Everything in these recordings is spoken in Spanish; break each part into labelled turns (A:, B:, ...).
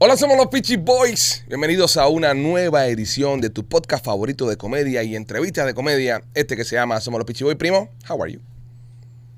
A: Hola, somos los Peachy Boys. Bienvenidos a una nueva edición de tu podcast favorito de comedia y entrevistas de comedia. Este que se llama Somos los Peachy Boys, primo. How are you?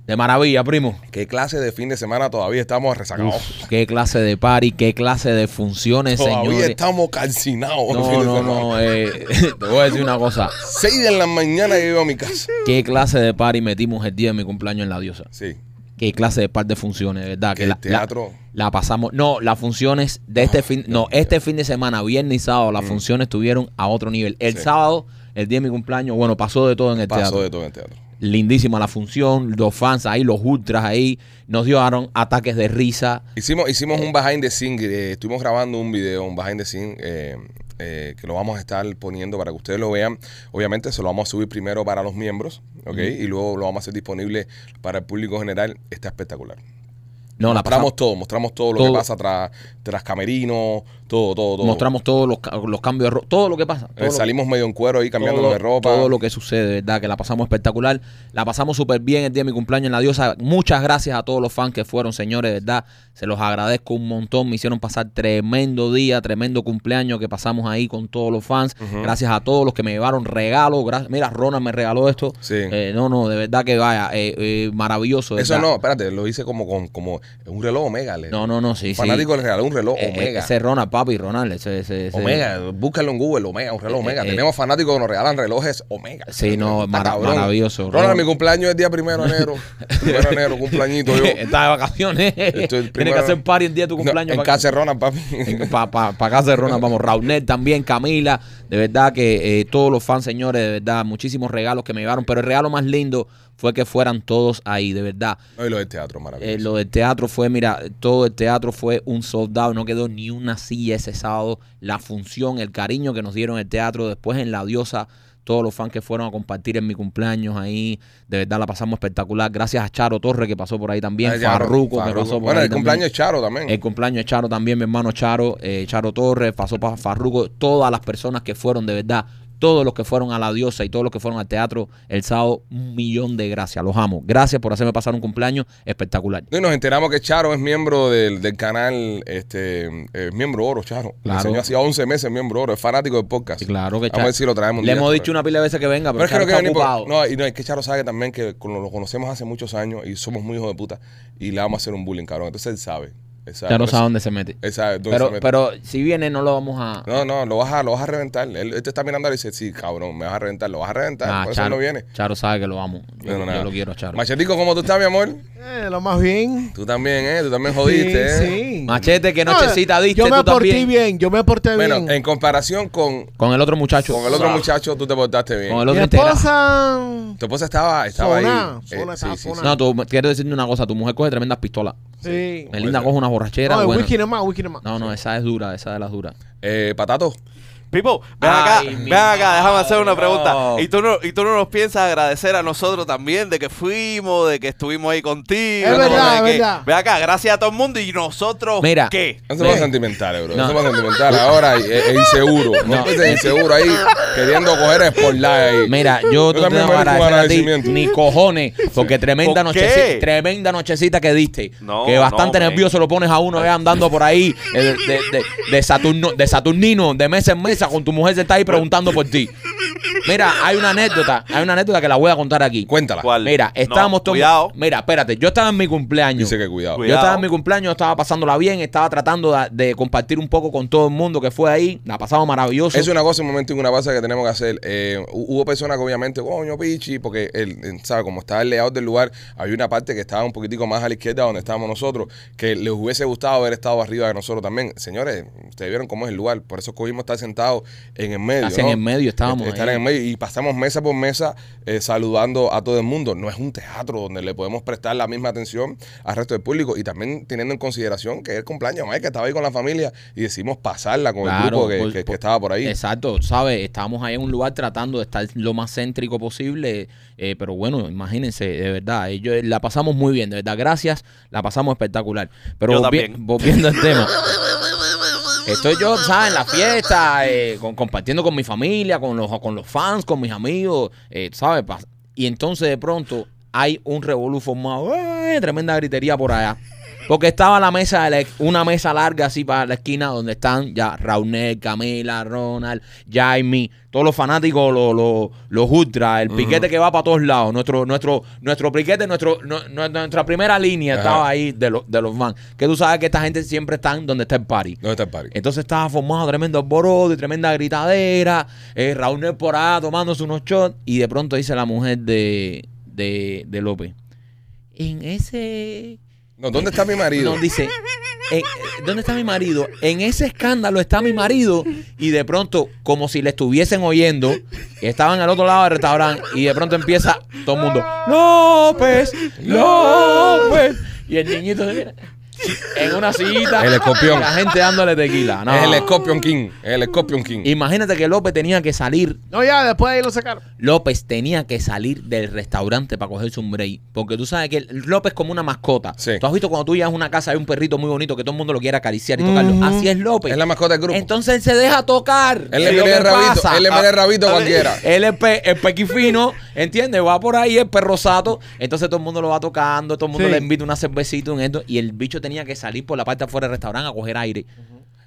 B: De maravilla, primo.
A: ¿Qué clase de fin de semana todavía estamos resacados?
B: Uf, qué clase de party, qué clase de funciones,
A: todavía
B: señores.
A: estamos calcinados. el fin
B: No,
A: de
B: no,
A: semana.
B: no. eh, te voy a decir una cosa.
A: Seis de la mañana llego a mi casa.
B: Qué clase de party metimos el día de mi cumpleaños en la diosa.
A: Sí.
B: Qué clase de par de funciones, de ¿verdad?
A: Qué
B: Que la, la-
A: teatro.
B: la pasamos. No, las funciones de este fin. No, este fin de semana, viernes y sábado, las funciones estuvieron a otro nivel. El
A: Mm. Sí.
B: sábado, el día de mi cumpleaños, bueno, pasó de todo en el
A: Paso
B: teatro.
A: de todo en el teatro.
B: Lindísima la función, los fans ahí, los ultras ahí, nos dieron ataques de risa.
A: Hicimos, hicimos un behind the scene, eh, estuvimos grabando un video, un behind the scene, eh, eh, que lo vamos a estar poniendo para que ustedes lo vean. Obviamente se lo vamos a subir primero para los miembros, ¿ok? Y luego lo vamos a hacer disponible para el público general. Está espectacular.
B: No, la pasamos.
A: mostramos todo, mostramos todo lo
B: Todo.
A: que pasa tras, tras camerino, todo, todo, todo.
B: Mostramos todos los, ca- los cambios de ropa, todo lo que pasa.
A: Eh,
B: todo lo-
A: salimos medio en cuero ahí, cambiando
B: todo,
A: de ropa.
B: Todo lo que sucede, ¿verdad? Que la pasamos espectacular. La pasamos súper bien el día de mi cumpleaños en la diosa. Muchas gracias a todos los fans que fueron, señores, ¿verdad? Se los agradezco un montón. Me hicieron pasar tremendo día, tremendo cumpleaños que pasamos ahí con todos los fans. Gracias a todos los que me llevaron regalos. Gra- Mira, Ronald me regaló esto.
A: Sí.
B: Eh, no, no, de verdad que vaya, eh, eh, maravilloso.
A: Eso
B: ¿verdad?
A: no, espérate, lo hice como con como un reloj Omega. le-
B: No, no, no, sí,
A: un
B: sí.
A: fanático le regaló un reloj
B: Eh, eh,
A: Omega.
B: Ese Ronald, papi, Ronald. Ese, ese, ese-
A: Omega, búscalo en Google, Omega, un reloj
B: Eh,
A: Omega.
B: eh,
A: Tenemos fanáticos que nos regalan relojes Omega.
B: Sí, no,
A: Está
B: mara-
A: cabrón.
B: maravilloso,
A: Ronald,
B: Ronald.
A: mi cumpleaños es día primero de enero. primero de enero, cumpleañito yo.
B: Está de vacaciones.
A: Estoy el
B: Tienes
A: primero-
B: que hacer party el día de tu cumpleaños.
A: No, en
B: para-
A: casa de Ronald, papi.
B: para casa de Ronald, vamos, Raunel también, Camila, de verdad que eh, todos los fans, señores, de verdad, muchísimos regalos que me llevaron, pero el regalo más lindo fue que fueran todos ahí, de verdad.
A: No, y lo del teatro,
B: Eh,
A: maravilloso.
B: lo del teatro fue, mira, todo el teatro fue un soldado, no quedó ni una silla ese sábado. La función, el cariño que nos dieron el teatro, después en La Diosa, todos los fans que fueron a compartir en mi cumpleaños ahí, de verdad la pasamos espectacular. Gracias a Charo Torre que pasó por ahí también,
A: Ah, ya,
B: Farruco que
A: Farruko.
B: pasó por
A: Bueno,
B: ahí.
A: el
B: también. Eh,
A: cumpleaños de Charo también.
B: El cumpleaños de Charo también, mi hermano Charo, eh, Charo Torres, pasó para Farruco, todas las personas que fueron, de verdad, todos los que fueron a la diosa y todos los que fueron al teatro el sábado, un millón de gracias, los amo. Gracias por hacerme pasar un cumpleaños espectacular.
A: No, y nos enteramos que Charo es miembro del, del canal, este, eh, miembro oro, Charo. Le
B: Claro.
A: enseñó hacía 11 meses miembro oro, es fanático del podcast.
B: Y claro que
A: Vamos a ver si lo traemos un
B: Le
A: día,
B: hemos
A: pero-
B: dicho una pila de veces que venga,
A: Ah, Pero
B: pero,
A: es que no
B: Charo
A: queda
B: está
A: ni
B: ocupado.
A: por, no, y no, es que Charo sabe también que con- lo conocemos hace muchos años y somos muy hijos de puta y le vamos a hacer un bullying, cabrón. Entonces él sabe. Él sabe
B: Charo
A: Por eso-
B: sabe dónde se mete.
A: Él sabe pues dónde
B: Pero,
A: se mete.
B: pero si viene, no lo vamos a.
A: No, no, lo vas a, lo vas a reventar. Él, él te está mirando y dice, sí, cabrón, me vas a reventar, lo vas a reventar.
B: Nah,
A: Por eso él
B: Ah, Charo,
A: no viene.
B: Charo sabe que lo amo. Yo,
A: No, no,
B: yo
A: nada.
B: lo quiero a Charo.
A: Machetico, ¿cómo tú estás, mi amor?
C: Eh, lo más bien.
A: Tú también, ¿eh? Tú también jodiste, ¿eh?
C: Sí, sí.
B: Machete, que
C: No,
B: nochecita diste
C: Yo me
B: tú
C: porté
B: también.
C: bien, yo me porté
A: Bueno,
C: bien.
A: en comparación con,
B: Con el otro muchacho.
A: con el otro muchacho, tú te portaste bien.
B: Con el
C: Mi
B: otro integrante.
C: esposa.
A: Tu esposa estaba, estaba
C: Sonada,
A: ahí. Eh,
C: sola, estaba sonada.
B: No, tú, quiero decirte una cosa. Tu mujer coge tremendas pistolas.
C: Sí.
B: Melinda
A: Bueno.
B: coge una borrachera.
C: No, el
B: buena.
C: whisky nomás, whisky nomás.
B: No, no, esa es dura, esa de las duras.
A: Eh, Patato,
D: Pipo, ven acá,
B: Ay, mi
D: ven acá, déjame hacer una
B: madre,
D: pregunta.
B: no.
D: ¿Y, tú no, ¿Y tú no nos piensas agradecer a nosotros también de que fuimos, de que estuvimos ahí contigo?
C: Es
D: ¿no?
C: verdad,
D: De
C: es
D: que-
C: verdad.
D: Ven acá, gracias a todo el mundo y nosotros,
B: Mira.
D: ¿qué?
A: no se más
B: Sí.
A: sentimental, bro. No
B: No.
A: se más sentimental ahora e, e inseguro. No,
B: No.
A: empieces inseguro ahí queriendo coger a Sportlight ahí.
B: Mira, yo te
A: también
B: tengo
A: merezco un
B: que agradecer a ti,
A: agradecimiento.
B: ni cojones, porque tremenda
D: ¿Por qué?
B: nochecita, tremenda nochecita que diste.
D: No,
B: que bastante
D: no, man.
B: nervioso lo pones a uno eh, andando por ahí eh, de, de- de- de Saturno, de Saturnino, de mesa en mesa, con tu mujer se está ahí preguntando por ti. Mira, hay una anécdota, hay una anécdota que la voy a contar aquí.
A: Cuéntala.
D: ¿Cuál?
B: Mira,
D: No,
B: estábamos todos.
D: Cuidado.
B: Mira, espérate, yo estaba en mi cumpleaños.
A: Dice que cuidado.
D: Cuidado.
B: Yo estaba en mi cumpleaños, estaba pasándola bien, estaba tratando de, de compartir un poco con todo el mundo que fue ahí. La pasamos maravilloso.
A: Es una cosa, un momento y una cosa que tenemos que hacer. Eh, hu- hubo personas que obviamente, coño, pichi, porque, el, el- ¿sabes? Como estaba el layout del lugar, había una parte que estaba un poquitico más a la izquierda donde estábamos nosotros, que les hubiese gustado haber estado arriba de nosotros también. Señores, ustedes vieron cómo es el lugar, por eso escogimos estar sentados en el medio.
B: Casi en
A: ¿no?
B: el medio estábamos
A: Estar
B: ahí.
A: en el medio y pasamos mesa por mesa eh, saludando a todo el mundo. No es un teatro donde le podemos prestar la misma atención al resto del público y también teniendo en consideración que es el cumpleaños, ¿eh? que estaba ahí con la familia y decidimos pasarla con el grupo que,
B: por-
A: que- que
B: por-
A: estaba por ahí.
B: Exacto, ¿sabes? Estábamos ahí en un lugar tratando de estar lo más céntrico posible, eh, pero bueno, imagínense, de verdad, eh, yo- la pasamos muy bien, de verdad, gracias, la pasamos espectacular. Pero
D: Yo
B: volvi-
D: también.
B: volviendo al tema. Estoy yo, ¿sabes? En la fiesta, eh, con- compartiendo con mi familia, con los, con los fans, con mis amigos, eh, ¿sabes? Pa- Y entonces de pronto hay un revolú formado, ¡eh! tremenda gritería por allá. Porque estaba la mesa, de la- una mesa larga así para la esquina donde están ya Raunel, Camila, Ronald, Jaime, todos los fanáticos, los, los, los ultras, el piquete que va para todos lados. Nuestro, nuestro, nuestro piquete, nuestro, no- no- nuestra primera línea
A: Ajá.
B: estaba ahí de, los de los van. Que tú sabes que esta gente siempre están donde está el party.
A: ¿Dónde está el party?
B: Entonces estaba formado tremendo alboroto y tremenda gritadera. eh, Raúl por allá tomándose unos shots. Y de pronto dice la mujer de, de, de López. En ese.
A: No, ¿dónde está mi marido?
B: No, dice. "Eh, ¿Dónde está mi marido? En ese escándalo está mi marido. Y de pronto, como si le estuviesen oyendo, estaban al otro lado del restaurante. Y de pronto empieza todo el mundo: ¡López! ¡López! Y el niñito se mira, en una sillita.
A: El escorpión.
B: La gente dándole tequila. No.
A: Es el Scorpion King. Es el Scorpion King.
B: Imagínate que López tenía que salir.
C: No, ya, después de ahí lo sacaron.
B: López tenía que salir del restaurante para cogerse un break. Porque tú sabes que López es como una mascota.
A: Sí.
B: Tú has visto cuando tú llegas a una casa hay un perrito muy bonito que todo el mundo lo quiere acariciar y tocarlo. Así es López.
A: Es la mascota del grupo.
B: Entonces él se deja tocar.
A: él le
B: Es
A: mete
B: lo que
A: el rabito.
B: pasa. Ah,
A: Él le mete el rabito a cualquiera.
B: Él es pe- el pequifino, ¿entiendes? Va por ahí el perrosato. Entonces todo el mundo lo va tocando, todo el mundo
C: Sí.
B: le invita una cervecita, un esto. Y el bicho tenía que salir por la parte de afuera del restaurante a coger aire.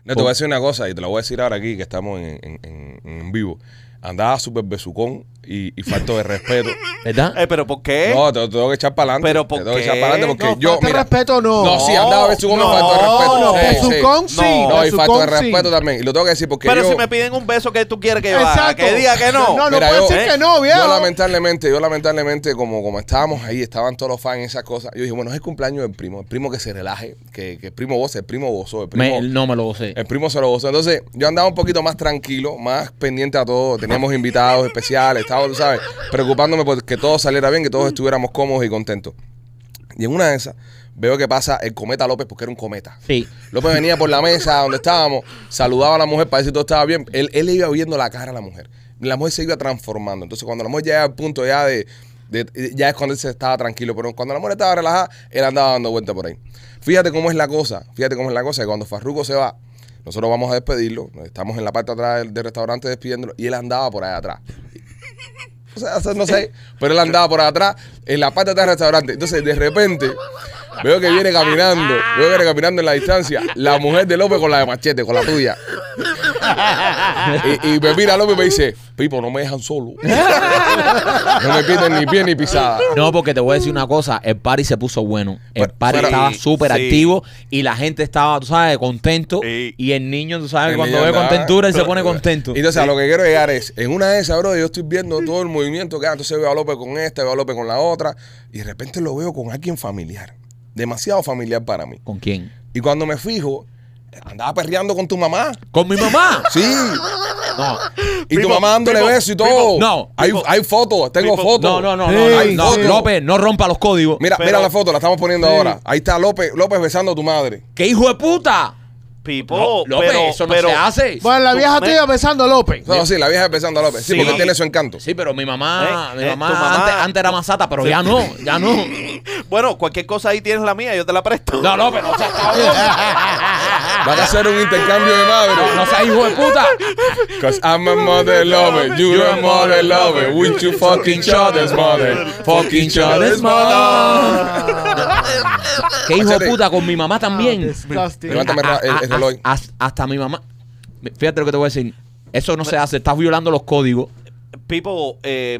A: No, te voy a decir una cosa y te la voy a decir ahora aquí que estamos en, en- en- en vivo. Andaba súper besucón y, y falto de respeto.
B: ¿Verdad?
D: Eh, pero ¿por qué?
A: No, te, te tengo que echar para adelante.
D: ¿Pero por
A: Te tengo que
D: qué?
A: echar para adelante porque
C: No,
A: yo,
C: falta de
A: mira.
C: respeto no.
A: No, sí, andaba besucón y falto de respeto.
C: no,
A: Sí, sí.
C: besucón sí,
A: No, y falto de
C: besucón sí.
A: respeto también. Y lo tengo que decir porque
D: pero
A: yo...
D: si me piden un beso que tú quieres que yo haga,
C: Exacto.
D: que diga que no.
C: No, no puede
A: yo-
C: decir que no, viejo.
A: Yo lamentablemente, yo lamentablemente, como, como estábamos ahí, estaban todos los fans en esas cosas. Yo dije, bueno, es el cumpleaños del primo, el primo que se relaje, que, que el primo goce, el primo gozó, el primo.
B: Me- no me lo gocé.
A: El primo se lo gozó. Entonces, yo andaba un poquito más tranquilo, más pendiente a todo. Teníamos invitados especiales, estaba, tú sabes, preocupándome por que todo saliera bien, que todos estuviéramos cómodos y contentos. Y en una de esas, veo que pasa el cometa López, porque era un cometa.
B: Sí.
A: López venía por la mesa donde estábamos, saludaba a la mujer para decir todo estaba bien. Él, él le iba viendo la cara a la mujer. La mujer se iba transformando. Entonces, cuando la mujer llegaba al punto ya de, de- de- Ya es cuando él se estaba tranquilo. Pero cuando la mujer estaba relajada, él andaba dando vueltas por ahí. Fíjate cómo es la cosa. Fíjate cómo es la cosa. Que cuando Farruco se va, nosotros vamos a despedirlo. Estamos en la parte de atrás del, del restaurante despidiéndolo. Y él andaba por allá atrás. O sea, o sea, no sé, pero él andaba por atrás, en la parte de atrás del restaurante. Entonces, de repente, veo que viene caminando, veo que viene caminando en la distancia, la mujer de López con la de machete, con la tuya. Y, y me mira López y me dice, Pipo, no me dejan solo. No me piden ni pie ni pisada.
B: No, porque te voy a decir una cosa, el party se puso bueno. El
A: Pero-
B: party
A: pero-
B: estaba
D: Sí,
B: súper
D: sí.
B: activo y la gente estaba, tú sabes, contento.
D: Sí. eh,
B: Y el niño, tú sabes,
A: El
B: Ah, cuando
A: niño
B: ve
A: andaba-
B: contentura, él se pone contento.
A: Entonces, a lo que quiero llegar es, en una de esas, bro, yo estoy viendo todo el movimiento que hay. Entonces veo a López con esta, veo a López con la otra, y de repente lo veo con alguien familiar. Demasiado familiar para mí.
B: ¿Con quién?
A: Y cuando me fijo, andaba perreando con tu mamá.
B: ¿Con mi mamá?
A: Sí.
B: No,
A: Y tu
D: Primo,
A: mamá dándole
D: primo,
A: besos y todo.
B: primo, no,
A: Hay,
B: primo.
A: hay fotos, tengo
D: Primo,
A: fotos.
B: no, no, no, no,
C: Sí,
B: no,
C: hay
B: no,
A: fotos.
B: López, no rompa los códigos.
A: Mira,
D: Pero-
A: mira la foto, la estamos poniendo
C: Sí.
A: ahora. Ahí está López, López besando a tu madre.
B: ¡Qué hijo de puta!
D: Pipo,
B: López,
D: pero,
B: eso no
D: pero-
B: se hace.
C: Bueno, la
D: Tú
C: vieja
D: me-
C: tía besando a López.
A: No, sí, la vieja besando a López. Sí,
B: Sí.
A: porque tiene su encanto.
B: Sí, pero mi mamá,
D: Eh,
B: mi
D: eh,
B: mamá,
D: tu mamá-
B: Antes, antes era masata, pero ya no, ya no.
D: Bueno, cualquier cosa ahí tienes la mía, yo te la presto.
B: No, López, no seas cabrón.
A: Van a hacer un intercambio de madre.
B: No seas hijo de puta.
A: Cause I'm a mother lover, you're a mother lover. Would you fuck each other's mother? Fuck each other's mother.
B: ¿Qué hijo de
A: Machete.
B: puta con mi mamá
D: Ah,
B: también?
C: Disgusting.
A: Levanta- Levántame el- el reloj.
B: hasta, hasta mi mamá. Fíjate lo que te voy a decir. Eso no se hace. Estás violando los códigos.
D: Pipo, eh,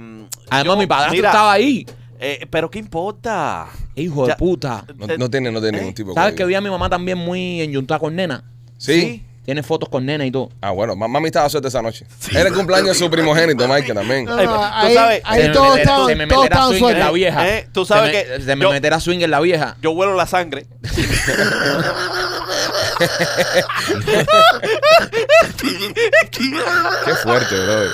B: Además, mi padrastro
D: mira,
B: estaba ahí.
D: eh, pero ¿qué importa?
B: Hijo de
D: Ya-
B: puta.
A: No, no tiene, no tiene ningún tipo de
B: ¿Sabes que
A: código.
B: vi a mi mamá también muy enyuntada con nena?
A: Sí.
B: Tiene fotos con nena y todo.
A: Ah, bueno, ma- mami estaba suelta esa noche. Era el cumpleaños de su primogénito, Mike, también.
C: No,
D: Ay,
C: no,
D: tú
C: ahí,
D: sabes-
C: ahí
B: Se me
C: todos
B: meterá- se
C: estaban,
B: me
C: todos
B: meterá
C: estaban
B: swing en la
C: sueltos.
B: vieja.
D: Eh, tú sabes
B: se me,
D: que
B: se me
D: yo-
B: meterá swing en la vieja.
D: Yo huelo la sangre.
A: Qué fuerte, bro.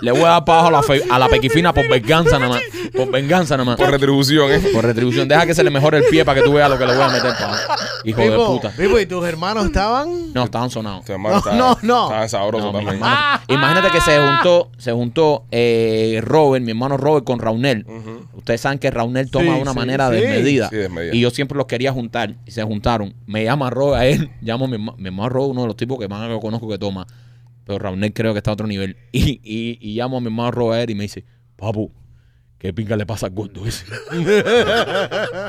B: Le voy a dar para abajo a la, fe- a la pequifina por venganza nada más. Por venganza nada más.
A: Por retribución, ¿eh?
B: Por retribución. Deja que se le mejore el pie para que tú veas lo que le voy a meter para abajo. Hijo de
C: Pipo,
B: puta.
C: Pipo, ¿y tus hermanos estaban?
B: No, estaban sonados.
A: Tu hermano
C: No,
A: está-
C: no, no. Ah.
A: Está sabroso
B: No, mi
A: también.
B: hermano- imagínate que se juntó, se juntó eh, Robert, mi hermano Robert, con Raunel. Ustedes saben que Raunel toma
C: Sí,
B: de una
C: sí,
B: manera
C: sí.
B: desmedida.
A: Mm. Sí, desmedida.
B: Y yo siempre los quería juntar. Y se juntaron. Me llama Robert a él. Llamo a mi, herma- mi hermano Robert, uno de los tipos que más conozco que toma. Pero Raunel creo que está a otro nivel. Y, y- y llamo a mi hermano Robert a él y me dice, papu, ¿qué pinga le pasa al gordo ese?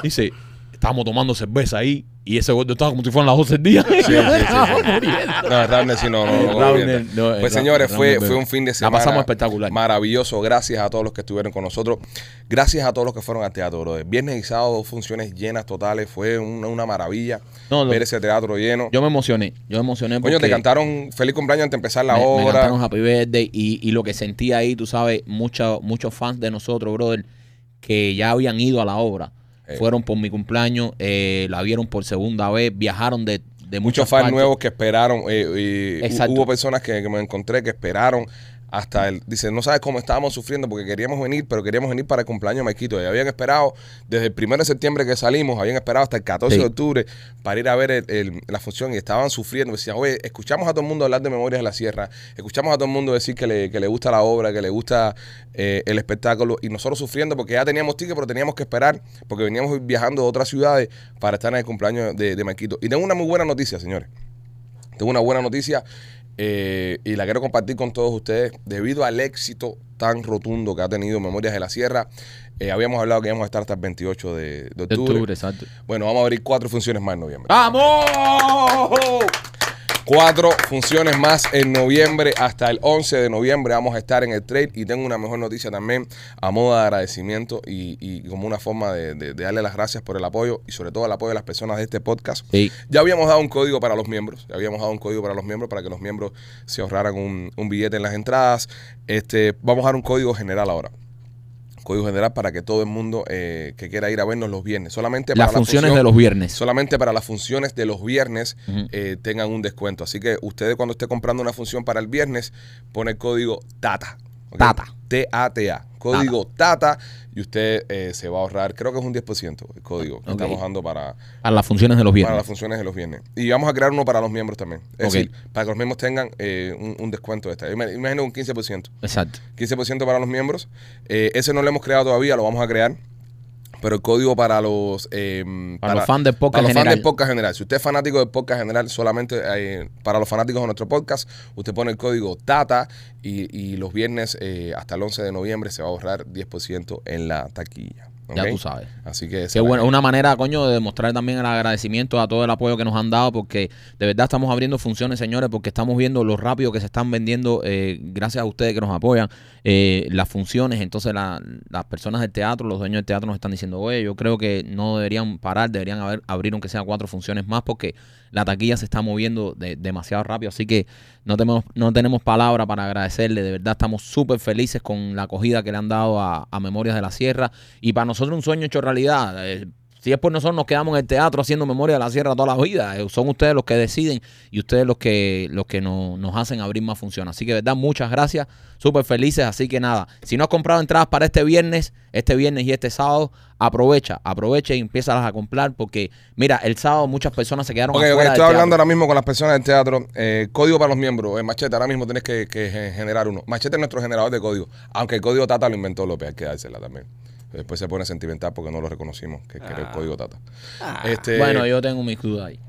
B: dice, Estábamos tomando cerveza ahí y ese gordo estaba como si fueran las 12 del día.
A: No, Ravner sí, no, no, no, no,
B: Ravner,
A: miente.
B: Ah, no,
A: Eh, Pues
B: Ra-
A: señores, fue,
B: Ravner,
A: fue un fin de
B: la
A: semana.
B: pasamos espectacular.
A: Maravilloso. Gracias a todos los que estuvieron con nosotros. Gracias a todos los que fueron al teatro, brother. Viernes y sábado, dos funciones llenas totales. Fue una, una maravilla
B: No, lo-
A: ver ese teatro lleno.
B: Yo me emocioné, yo me emocioné porque
A: Coño, te cantaron feliz cumpleaños antes de empezar la
B: me, me
A: obra.
B: cantaron Happy Birthday y, y lo que sentí ahí, tú sabes, mucha- muchos fans de nosotros, brother, que ya habían ido a la obra.
A: Eh.
B: Fueron por mi cumpleaños, eh, la vieron por segunda vez, viajaron de, de
A: Muchos
B: muchas
A: fans
B: partes.
A: nuevos que esperaron. eh, eh, hu-
B: Exacto.
A: hubo personas que, que me encontré que esperaron hasta el. Dice, no sabes cómo estábamos sufriendo porque queríamos venir, pero queríamos venir para el cumpleaños de Maikito. Y habían esperado desde el 1 de septiembre que salimos, habían esperado hasta el 14
B: Sí.
A: de octubre para ir a ver el- el- la función y estaban sufriendo. Decían, oye, escuchamos a todo el mundo hablar de Memorias de la Sierra, escuchamos a todo el mundo decir que le, que le gusta la obra, que le gusta eh, el espectáculo y nosotros sufriendo porque ya teníamos ticket, pero teníamos que esperar porque veníamos viajando de otras ciudades para estar en el cumpleaños de, de Maikito. Y tengo una muy buena noticia, señores. Tengo una buena noticia eh, y la quiero compartir con todos ustedes. Debido al éxito tan rotundo que ha tenido Memorias de la Sierra, eh, habíamos hablado que íbamos a estar hasta el 28 de, de
B: de
A: octubre.
B: octubre, exacto.
A: Bueno, vamos a abrir cuatro funciones más en noviembre.
B: ¡Vamos!
A: Cuatro funciones más en noviembre. Hasta el 11 de noviembre vamos a estar en el trade. Y tengo una mejor noticia también a modo de agradecimiento y, y como una forma de, de- de darle las gracias por el apoyo y sobre todo el apoyo de las personas de este podcast.
B: Sí.
A: Ya habíamos dado un código para los miembros, ya habíamos dado un código para los miembros para que los miembros se ahorraran un, un billete en las entradas. Este, vamos a dar un código general ahora. Código general para que todo el mundo eh, que quiera ir a vernos los viernes. Solamente para
B: Las funciones
A: función-
B: de los viernes.
A: Solamente para las funciones de los viernes
B: Ujú.
A: eh, tengan un descuento. Así que ustedes cuando esté comprando una función para el viernes, pone el código TATA. ¿ok?
B: Tata.
A: T-A-T-A. Código TATA. y usted eh, se va a ahorrar, creo que es un 10% el código que
B: Ok.
A: estamos dando para,
B: A las funciones de los
A: para las
B: viernes.
A: funciones de los viernes. Y vamos a crear uno para los miembros también. Es
B: Ok.
A: decir, para que los miembros tengan eh, un, un descuento de esta. Yo me- Imagino un 15%.
B: Exacto.
A: 15% para los miembros. Eh, ese no lo hemos creado todavía, lo vamos a crear. Pero el código para los eh,
B: Para los fans del
A: para
B: podcast
A: los fans
B: general.
A: del podcast general. Si usted es fanático del podcast general, solamente eh, para los fanáticos de nuestro podcast, usted pone el código TATA y, y los viernes eh, hasta el 11 de noviembre se va a ahorrar 10% en la taquilla.
B: Ya
A: ¿ok?
B: tú sabes.
A: Así que esa
B: Qué
A: es la
B: bueno,
A: idea.
B: una manera, coño, de demostrar también el agradecimiento a todo el apoyo que nos han dado, porque de verdad estamos abriendo funciones, señores, porque estamos viendo lo rápido que se están vendiendo, eh, gracias a ustedes que nos apoyan, eh, las funciones, entonces la- las personas del teatro, los dueños del teatro nos están diciendo, oye, yo creo que no deberían parar, deberían haber, abrir aunque sea cuatro funciones más, porque la taquilla se está moviendo de- demasiado rápido, así que no tenemos, no tenemos palabra para agradecerle, de verdad estamos súper felices con la acogida que le han dado a, a Memorias de la Sierra y para nosotros un sueño hecho realidad. Eh, si es por nosotros, nos quedamos en el teatro haciendo memoria de la sierra toda la vida. Eh, Son ustedes los que deciden y ustedes los que, los que no- nos hacen abrir más funciones. Así que, verdad, muchas gracias. Súper felices. Así que nada, si no has comprado entradas para este viernes, este viernes y este sábado, aprovecha, aprovecha y empieza a comprar porque, mira, el sábado muchas personas se quedaron
A: Ok, ok,
B: afuera del
A: estoy hablando
B: teatro.
A: ahora mismo con las personas del teatro. Eh, código para los miembros. Eh, machete, ahora mismo tienes que, que gen- generar uno. Machete es nuestro generador de código. Aunque el código Tata lo inventó López, hay que dársela también. Después se pone sentimental porque no lo reconocimos, que, que era el
D: Ah.
A: código Tata.
D: Ah.
A: Este,
B: Bueno, yo tengo mis dudas ahí.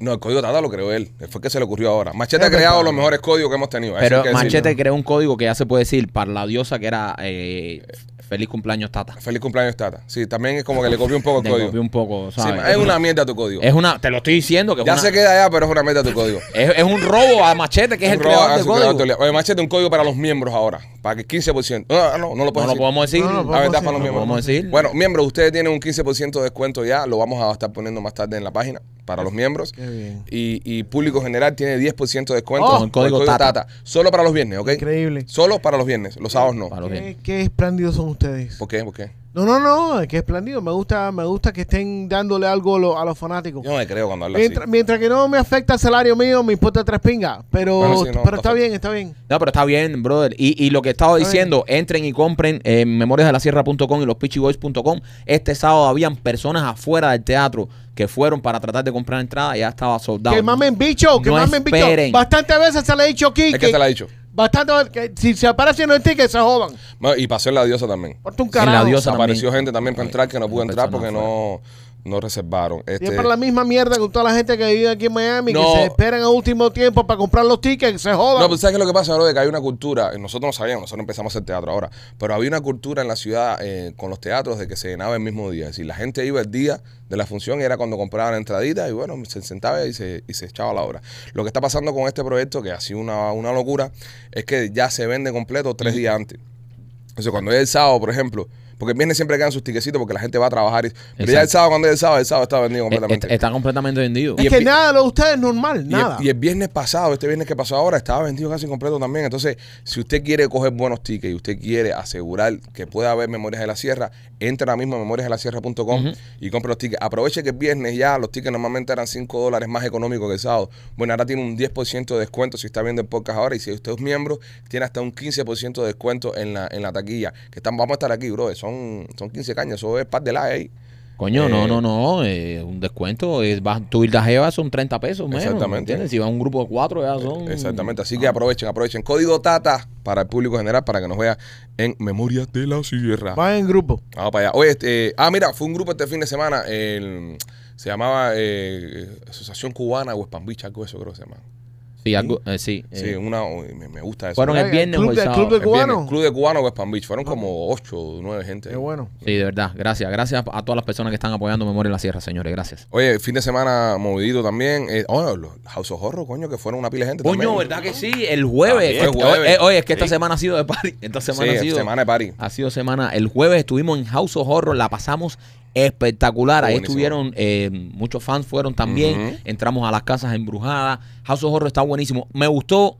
A: No, el código Tata lo creó él. eh, Fue que se le ocurrió ahora. Machete ha
C: Es
A: creado
C: verdad.
A: los mejores códigos que hemos tenido. eso hay
B: Pero
A: que decirlo.
B: Machete creó un código que ya se puede decir para la diosa que era eh, Feliz cumpleaños, Tata.
A: Feliz cumpleaños, Tata. Sí, también es como que le copió un poco el
B: Te
A: código.
B: copié un poco,
A: Sí,
B: ¿sabes?
A: es una mierda tu código.
B: Es una, te lo estoy diciendo que es,
A: ya
B: una-
A: se queda allá, pero es una mierda tu código.
B: es, es un robo a Machete, que es el
A: Roba-
B: creador
A: hace
B: del
A: un ah, creador
B: código.
A: de Oye, Machete, un código para los miembros ahora. Para que 15%. Ah, No, no, no lo
B: No
A: puedes
B: lo
A: decir.
B: podemos decir.
C: No, no lo
A: La
C: podemos
A: verdad para los
C: decir,
B: no
A: miembros.
B: podemos decir.
A: pues, Bueno, miembros, ustedes tienen un 15% de descuento ya. Lo vamos a estar poniendo más tarde en la página para los miembros.
C: Qué bien.
A: Y, y público general tiene 10% de descuento
B: Oh,
A: con
B: el código Tata.
A: Solo para los viernes, ¿ok?
C: Increíble.
A: Solo para los viernes. Los sábados no.
B: Para los
C: ¿Qué,
B: bien.
C: qué espléndidos son ustedes.
A: ¿Por qué? ¿Por qué?
C: No, no, no, qué espléndido. Me gusta, me gusta que estén dándole algo a, lo- a los fanáticos.
A: Yo no le creo cuando habla así.
C: Mientras, mientras que no me afecta el salario mío, me importa tres pingas. Pero,
A: Bueno, sí, no,
C: pero
A: está
C: está bien, está bien.
B: No, pero está bien, brother. Y, y lo que estaba
C: Está bien.
B: diciendo, entren y compren en memoriasdelasierra.com y lospitchyboys.com. Este sábado habían personas afuera del teatro que fueron para tratar de comprar entrada y ya estaba soldado.
C: Que mamen bicho, que
B: No
C: mamen bicho.
B: esperen.
C: Bastantes veces se le ha dicho aquí
A: Es
C: que,
A: que se la ha dicho.
C: bastante que si se aparecen en ticket se jodan.
A: No, Y pasó en la diosa tambibién.
C: Ponte un
B: En la
C: carajo.
B: diosa
A: Apareció
B: también.
A: gente también para entrar que no pudo entrar porque
B: Personas
A: no, no reservaron.
C: Y
A: Este,
C: es para la misma mierda con toda la gente que vive aquí en Miami,
A: No.
C: que se esperan a último tiempo para comprar los tickets, se jodan.
A: No, pues, pero ¿sabes qué es lo que pasa, bro? De que hay una cultura, y nosotros no sabíamos, nosotros empezamos a hacer teatro ahora, pero había una cultura en la ciudad eh, con los teatros de que se llenaba el mismo día. Es decir, la gente iba el día de la función, era cuando compraban la entradita y bueno, se sentaba y se, y se echaba la obra. Lo que está pasando con este proyecto, que ha sido una, una locura, es que ya se vende completo tres días antes. O sea, cuando es el sábado, por ejemplo, porque el viernes siempre quedan sus tiquecitos porque la gente va a trabajar. y- pero ya el
B: Exacto.
A: sábado, cuando es el sábado, el sábado está vendido
B: Eh,
A: completamente.
B: est- Está completamente vendido.
A: y
C: es que
A: empie-
C: nada de lo de ustedes es normal,
A: Y el-
C: nada.
A: Y el, viernes pasado, este viernes que pasó ahora, estaba vendido casi completo también. Entonces, si usted quiere coger buenos tickets y usted quiere asegurar que pueda haber Memorias de la Sierra, entra ahora mismo a memoriasdelasierra.com y compre los tickets. Aproveche que el viernes ya los tickets normalmente eran 5 dólares más económicos que el sábado. Bueno, ahora tiene un 10% de descuento si está viendo el podcast ahora y si usted es miembro, tiene hasta un 15% de descuento en la, en la taquilla. Que están, vamos a estar aquí, bro. Son, son 15 cañas, eso es par de la ahí.
B: Coño,
A: Eh,
B: no, no, no. eh, un descuento. eh, vas, tu ir de jeva son 30 pesos menos.
A: Exactamente. Eh,
B: ¿entiendes? Si vas a un grupo de cuatro, ya son.
A: Exactamente, así que aprovechen, aprovechen. Código Tata para el público general, para que nos vea en Memorias de la Sierra.
C: Van en grupo.
A: Vamos para allá. Oye, este, eh, ah, mira, fue un grupo este fin de semana, el- se llamaba eh, Asociación Cubana o Espambich, algo de eso creo que se llama.
B: Sí, algo- eh, sí, eh,
A: Sí, una, me, me gusta eso.
B: Fueron el viernes o
C: club
B: el
C: de,
B: sábado.
C: club de
A: El viernes,
C: cubanos. Ah.
A: Club de Cubano o Spam Beach. Fueron como ocho o nueve gente.
C: Qué bueno.
B: sí, de verdad. Gracias. Gracias a todas las personas que están apoyando Memoria en la Sierra, señores. Gracias.
A: Oye, fin de semana movidito también. Eh, oh, los House of Horror, coño, que fueron una pila de gente
B: Coño,
A: también.
B: ¿verdad que sí? El jueves.
A: También,
B: Este-
A: jueves.
B: Oye, eh, oye, es que esta
A: Sí.
B: semana ha sido de party. Esta semana
A: Sí,
B: ha sido.
A: semana de party.
B: Ha sido semana. El jueves estuvimos en House of Horror, la pasamos espectacular. Ahí
A: Buenísimo.
B: estuvieron, eh, muchos fans fueron también.
A: Ujú.
B: Entramos a las casas embrujadas. House of Horror está buenísimo. Me gustó,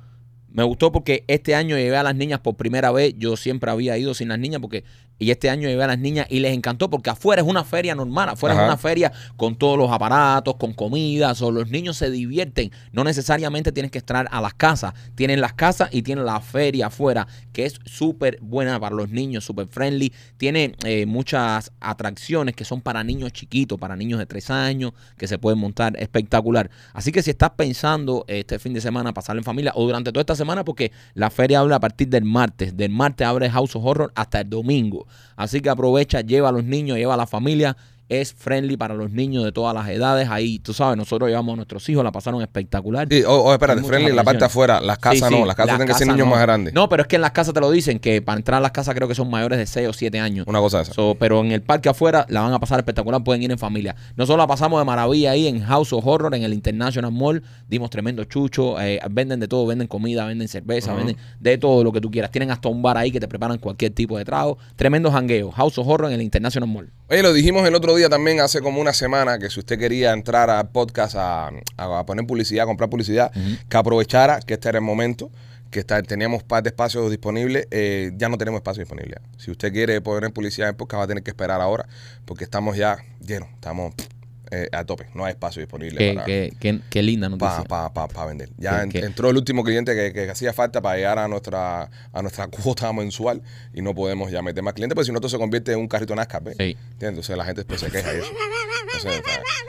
B: me gustó porque este año llevé a las niñas por primera vez. Yo siempre había ido sin las niñas porque. Y este año llevé a las niñas y les encantó porque afuera es una feria normal, afuera
A: Ajá.
B: es una feria con todos los aparatos, con comida, o los niños se divierten. No necesariamente tienes que entrar a las casas. Tienen las casas y tienen la feria afuera, que es súper buena para los niños, súper friendly. Tiene eh, muchas atracciones que son para niños chiquitos, para niños de tres años, que se pueden montar espectacular. Así que si estás pensando eh, este fin de semana pasarlo en familia o durante toda esta semana, porque la feria abre a partir del martes. Del martes abre House of Horror hasta el domingo. Así que aprovecha, lleva a los niños, lleva a la familia es friendly para los niños de todas las edades. Ahí, tú sabes, nosotros llevamos a nuestros hijos, la pasaron espectacular.
A: Sí, oh, oh, espérate,
B: Hay muchas
A: Friendly, la parte de
B: atracciones.
A: afuera, las casas
B: Sí, sí,
A: no, las casas tienen que ser
B: casas
A: niños
B: no.
A: más grandes.
B: No, pero es que en las casas te lo dicen, que para entrar a las casas creo que son mayores de 6 o 7 años.
A: Una cosa de esa.
B: So, pero en el parque afuera la van a pasar espectacular, pueden ir en familia. Nosotros la pasamos de maravilla ahí en House of Horror, en el International Mall. Dimos tremendo chucho, eh, venden de todo, venden comida, venden cerveza, venden de todo lo que tú quieras. Tienen hasta un bar ahí que te preparan cualquier tipo de trago. Tremendo jangueo. House of Horror en el International Mall.
A: Oye, lo dijimos el otro día también, hace como una semana, que si usted quería entrar al podcast a, a poner publicidad, a comprar publicidad, que aprovechara que este era el momento, que está, teníamos par de espacios disponibles, eh, ya no tenemos espacio disponible. ya. Si usted quiere poner publicidad en podcast, va a tener que esperar ahora, porque estamos ya llenos, estamos eh, a tope, no hay espacio disponible
B: Qué,
A: para,
B: qué- qué- qué linda
A: para
B: noticia.
A: vender. Ya
B: Que-
A: en-
B: que-
A: entró el último cliente que, que hacía falta para llegar a nuestra a nuestra cuota mensual y no podemos ya meter más clientes, porque si no, esto se convierte en un carrito NASCAR. ¿ves?
B: Sí.
A: ¿Entiendes? O sea, la gente pues, se queja de eso. O sea, o sea,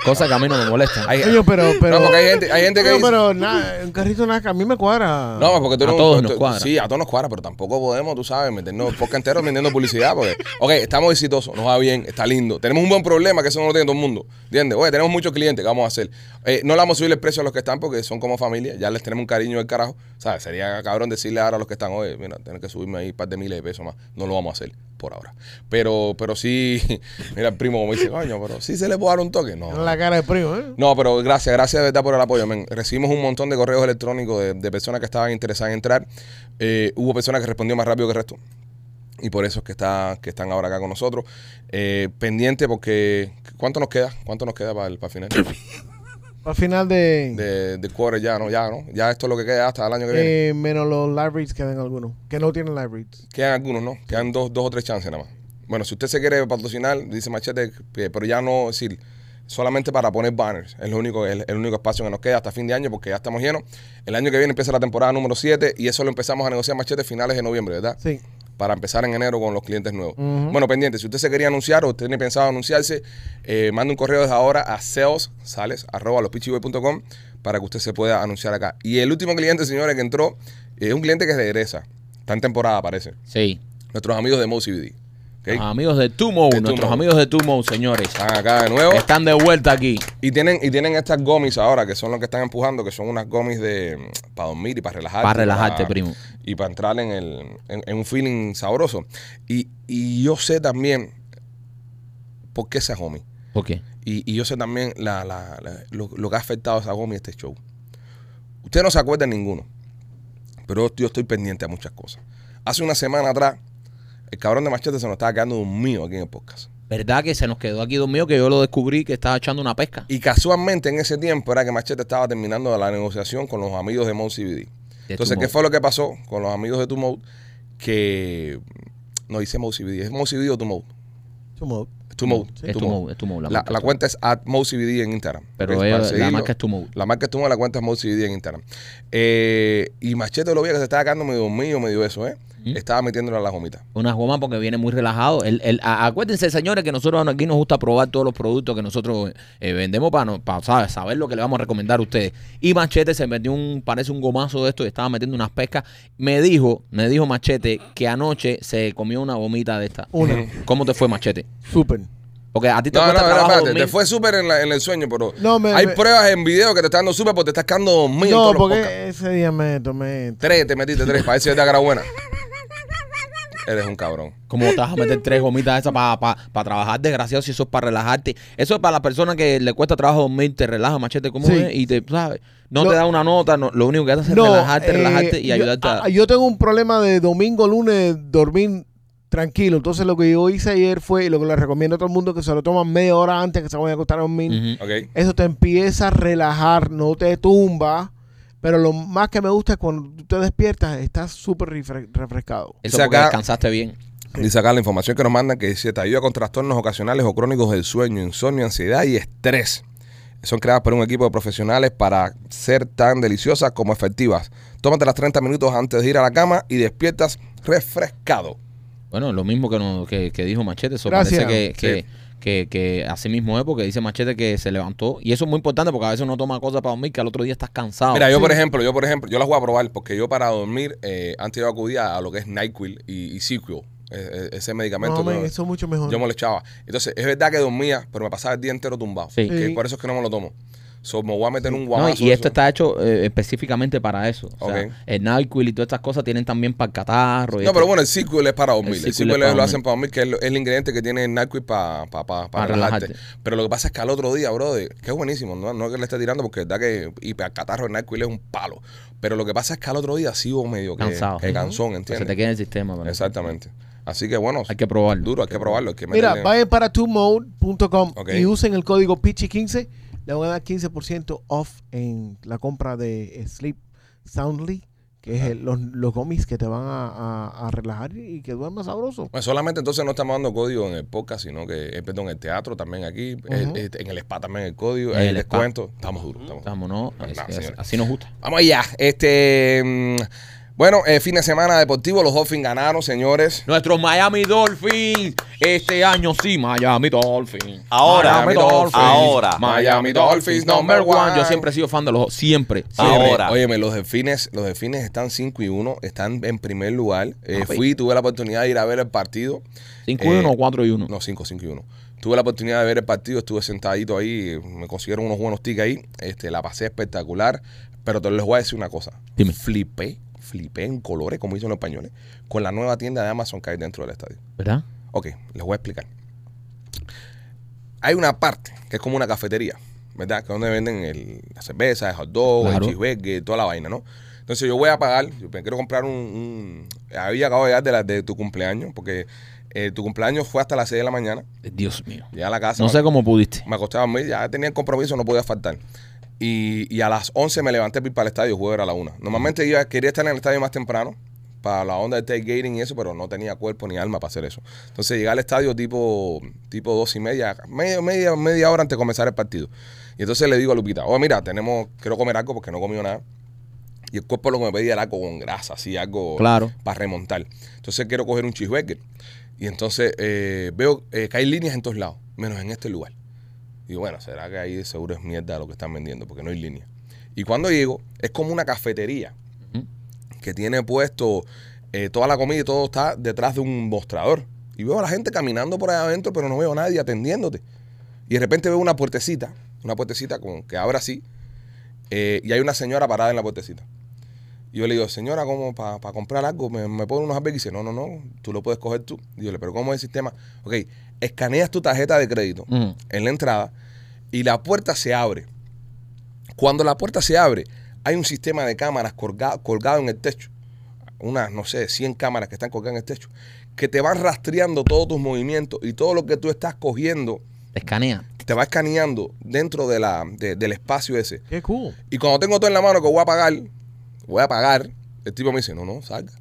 B: Cosa que a mí no me molesta.
A: hay-
C: Coño, pero, pero,
A: no, porque hay gente, hay gente que
C: Coño,
A: dice-
C: pero nada, un carrito nada, a mí me cuadra.
A: No, porque tú
B: A
A: eres un-
B: todos
A: tú-
B: nos
A: tú-
B: cuadra.
A: Sí, a todos nos cuadra, pero tampoco podemos, tú sabes, meternos el podcast entero vendiendo publicidad. Porque, ok, estamos exitosos, nos va bien, está lindo. Tenemos un buen problema, que eso no lo tiene todo el mundo. ¿Entiendes? Oye, tenemos muchos clientes, ¿qué vamos a hacer? Eh, no le vamos a subir el precio a los que están porque son como familia, ya les tenemos un cariño del carajo. ¿Sabes? Sería cabrón decirle ahora a los que están, oye, mira, tienen que subirme ahí un par de miles de pesos más. No lo vamos a hacer por ahora. Pero pero sí, mira, el primo como dice, coño, pero sí se le puede dar un toque. No,
C: En la cara de primo, ¿eh?
A: no, pero gracias, gracias de verdad por el apoyo. men. Recibimos un montón de correos electrónicos de, de personas que estaban interesadas en entrar. Eh, hubo personas que respondió más rápido que el resto. Y por eso es que, está, que están ahora acá con nosotros. Eh, pendiente porque... ¿Cuánto nos queda? ¿Cuánto nos queda para el, para el final?
C: Al final de,
A: De, de quarter ya, ¿no? Ya, ¿no? Ya esto es lo que queda hasta el año que viene.
C: eh, menos los live reads que ven algunos, que no tienen live reads.
A: Quedan algunos, ¿no? Quedan dos, dos o tres chances nada más. Bueno, si usted se quiere patrocinar, dice Machete, eh, pero ya no, es decir, solamente para poner banners. Es lo único, el, el único espacio que nos queda hasta fin de año porque ya estamos llenos. El año que viene empieza la temporada número 7 y eso lo empezamos a negociar Machete finales de noviembre, ¿verdad?
C: Sí.
A: Para empezar en enero con los clientes nuevos.
C: Ujú.
A: Bueno, pendiente, si usted se quería anunciar o usted tiene pensado anunciarse, eh, manda un correo desde ahora a sales, sales, arroba lospichiboy.com para que usted se pueda anunciar acá. Y el último cliente, señores, que entró, eh, es un cliente que regresa. Está en temporada, parece
B: Sí.
A: nuestros amigos de MoCBD. ¿ok?
B: Los amigos de Tumo,
A: De
B: nuestros
A: Tumo.
B: amigos de Tumo, señores.
A: Están acá de nuevo.
B: Están de vuelta aquí.
A: Y tienen, y tienen estas gomis ahora, que son los que están empujando, que son unas gomis de para dormir y para relajarte.
B: Para relajarte, primo.
A: Y para entrar en, el, en, en un feeling sabroso. Y, y yo sé también por qué esa gomi.
B: ¿Por qué?
A: Y, y yo sé también la- la- la- lo, lo que ha afectado a esa gomi este show. Usted no se acuerda de ninguno. Pero yo estoy pendiente a muchas cosas. Hace una semana atrás, el cabrón de Machete se nos estaba quedando dormido aquí en el podcast.
B: ¿Verdad que se nos quedó aquí dormido que yo lo descubrí que estaba echando una pesca?
A: Y casualmente en ese tiempo era que Machete estaba terminando la negociación con los amigos de Mount CBD. Entonces,
B: tu
A: ¿qué
B: Mount.
A: fue lo que pasó con los amigos de Tu Mount? Que no dice Mount CBD, es Mount CBD o Tu Mount.
C: Su modo.
A: Tu Mount.
C: Sí.
B: Es
A: Tu
B: tu
A: Mount.
B: mode, es tu mode,
A: La,
B: marca
A: la
B: es tu
A: cuenta es at Mount CBD en Instagram.
B: mode. Pero
A: Para
B: ella- la
A: seguirlo.
B: marca es tu mode.
A: La marca es tu Mount, la cuenta es Mount CBD en Instagram. Eh, y Machete lo veía que se estaba quedando medio mío, medio eso, ¿eh?
B: ¿Mm?
A: Estaba metiéndole a la gomita.
B: Unas gomas porque viene muy relajado. El, el- a- acuérdense, señores, que nosotros aquí nos gusta probar todos los productos que nosotros eh, vendemos para, no- para ¿sabes? saber lo que le vamos a recomendar a ustedes. Y Machete se metió un, parece un gomazo de esto y estaba metiendo unas pescas. Me dijo, me dijo Machete que anoche se comió una gomita de esta.
C: Una.
B: ¿Cómo te fue, Machete?
C: Súper.
B: Porque a ti te
A: No, no,
B: cuesta
A: no,
B: trabajo
A: espérate,
B: dormir.
A: te fue súper en, la- en el sueño, pero
C: No, me-
A: hay
C: me-
A: pruebas en video que te están dando súper porque te estás quedando dormido en
C: No,
A: todos los podcasts.
C: porque ese día me tomé.
A: Tres, te metiste tres, para decirte cara buena. Eres un cabrón.
B: ¿Cómo te vas a meter tres gomitas esas para trabajar, desgraciado? Si eso es para relajarte. Eso es para la persona que le cuesta trabajo dormir, te relaja, machete, ¿cómo
C: Sí.
B: es? Y te, ¿sabes? No,
C: No.
B: te da una nota, no, lo único que hace es
C: No,
B: relajarte,
C: eh,
B: relajarte y
C: yo-
B: ayudarte a...
C: ah, Yo tengo un problema de domingo, lunes, dormir tranquilo. Entonces lo que yo hice ayer fue, y lo que le recomiendo a todo el mundo, que se lo toman media hora antes que se vayan a acostar a dormir.
B: Ujú.
A: ¿Ok?
C: Eso te empieza a relajar, no te tumba. Pero lo más que me gusta es cuando tú te despiertas, estás súper refre- refrescado.
B: Eso
A: Dice
B: porque
A: acá-
B: descansaste bien.
A: Dice acá la información que nos mandan que dice, te ayuda con trastornos ocasionales o crónicos del sueño, insomnio, ansiedad y estrés. Son creadas por un equipo de profesionales para ser tan deliciosas como efectivas. Tómate las 30 minutos antes de ir a la cama y despiertas refrescado.
B: Bueno, lo mismo que, no- que, que dijo Machete, eso
C: Gracias.
B: parece que, que, que- que así mismo es, porque dice Machete que se levantó. Y eso es muy importante porque a veces uno toma cosas para dormir que al otro día estás cansado.
A: Mira, yo
C: Sí.
A: por ejemplo, yo por ejemplo, yo las voy a probar porque yo para dormir, eh, antes yo acudía a lo que es NyQuil y, y Sequil, ese medicamento.
C: No,
A: que
C: men,
A: uno-
C: eso es mucho mejor.
A: Yo me lo echaba. Entonces, es verdad que dormía, pero me pasaba el día entero tumbado.
B: Sí.
A: Que
C: Sí.
A: por eso es que no me lo tomo. So, me voy a meter un
B: No,
A: guamazo.
B: y esto
A: de eso.
B: está hecho eh, específicamente para eso. O sea,
A: Ok.
B: el NyQuil y todas estas cosas tienen también para el catarro. y este
A: No,
B: esto.
A: pero bueno, el Sequel es para dormir.
B: El
A: El,
B: Sequel
A: Sequel
B: es para
A: lo
B: dormir.
A: hacen para dormir, que es, lo- es el ingrediente que tiene el NyQuil pa- pa- pa- para
B: Para
A: relajarte.
B: relajarte.
A: Pero lo que pasa es que al otro día, brother, que es buenísimo, no, no que le esté tirando, porque es verdad que y para el catarro el NyQuil es un palo. Pero lo que pasa es que al otro día sigo medio que,
B: Cansado.
A: que cansón,
B: Pues se
A: ¿entiendes?
B: te queda en el sistema. también.
A: Exactamente. Así que bueno,
B: Hay que probarlo.
A: duro, hay que probarlo. hay que
C: Mira,
A: meterle-
C: vayan para tumode.com
A: Ok.
C: y usen el código PICHI15. Le van a dar 15% off en la compra de Sleep Soundly, que es el- los, los gomis que te van a, a- a relajar y que duermas sabroso.
A: Bueno, solamente entonces no estamos dando código en el podcast, sino que, eh, perdón, en el teatro también aquí, eh,
C: Ujú.
A: eh, en el spa también el código,
B: En
A: en
B: el
A: el
B: spa.
A: descuento. Estamos duros, estamos duros.
B: Estamos, ¿no? Así,
A: No,
B: así-
A: señores.
B: así nos gusta.
A: Vamos allá. Este, mm, bueno, eh, fin de semana deportivo, los Dolphins ganaron, señores.
B: Nuestros Miami Dolphins. Este año sí, Miami Dolphins.
D: Ahora.
B: Miami Dolphins.
D: Ahora.
A: Miami Dolphins, number one.
B: Yo siempre he sido fan de los. Siempre. siempre.
D: Ahora.
A: Óyeme, óyeme, los delfines, los delfines están 5 y 1, están en primer lugar. Eh,
B: Papi.
A: fui, tuve la oportunidad de ir a ver el partido.
B: 5 y 1,
A: Eh,
B: 4 y 1.
A: No, 5, 5 y 1. Tuve la oportunidad de ver el partido, estuve sentadito ahí, me consiguieron unos buenos tickets ahí, este, la pasé espectacular, pero te les voy a decir una cosa.
B: Dime.
A: Flipé, flipé en colores, como dicen los españoles, con la nueva tienda de Amazon que hay dentro del estadio.
B: ¿Verdad?
A: Ok, les voy a explicar. Hay una parte que es como una cafetería, ¿verdad? Que es donde venden el- la cerveza, el hot dog,
B: Claro.
A: el cheeseburger, toda la vaina, ¿no? Entonces yo voy a pagar, yo me quiero comprar un... un- había acabado de llegar de, la- de tu cumpleaños, porque eh, tu cumpleaños fue hasta las 6 de la mañana.
B: Eh, Dios mío.
A: Llegué a la casa.
B: No sé cómo pudiste.
A: Me acostaba a dormir, ya tenía el compromiso, no podía faltar. Y, y a las 11 me levanté para ir para el estadio, juego era a la 1. Normalmente iba, quería estar en el estadio más temprano para la onda de tailgating y eso, pero no tenía cuerpo ni alma para hacer eso. Entonces llegué al estadio tipo, tipo dos y media, media, media, media hora antes de comenzar el partido. Y entonces le digo a Lupita, oh mira, tenemos, quiero comer algo porque no he comido nada. Y el cuerpo lo que me pedía era algo con grasa, así algo
B: Claro.
A: para remontar. Entonces quiero coger un cheeseburger. Y entonces eh, veo eh, que hay líneas en todos lados, menos en este lugar. Y bueno, será que ahí seguro es mierda lo que están vendiendo, porque no hay línea. Y cuando llego, es como una cafetería
B: Ujú.
A: que tiene puesto eh, toda la comida y todo está detrás de un mostrador. Y veo a la gente caminando por allá adentro, pero no veo a nadie atendiéndote. Y de repente veo una puertecita, una puertecita con, que abre así, eh, y hay una señora parada en la puertecita. Y yo le digo, señora, ¿cómo para comprar algo? ¿Me, me ponen unos albergues? Y dice, no, no, no, tú lo puedes coger tú. Y yo le, pero ¿cómo es el sistema? Ok, escaneas tu tarjeta de crédito
B: Mm.
A: en la entrada y la puerta se abre. Cuando la puerta se abre, hay un sistema de cámaras colga- colgado en el techo. Unas, no sé, 100 cámaras que están colgadas en el techo, que te van rastreando todos tus movimientos y todo lo que tú estás cogiendo
B: Te escanea.
A: te va escaneando dentro de la, de- del espacio ese.
C: Qué cool.
A: Y cuando tengo todo en la mano que voy a pagar, voy a pagar, el tipo me dice, no, no, salga.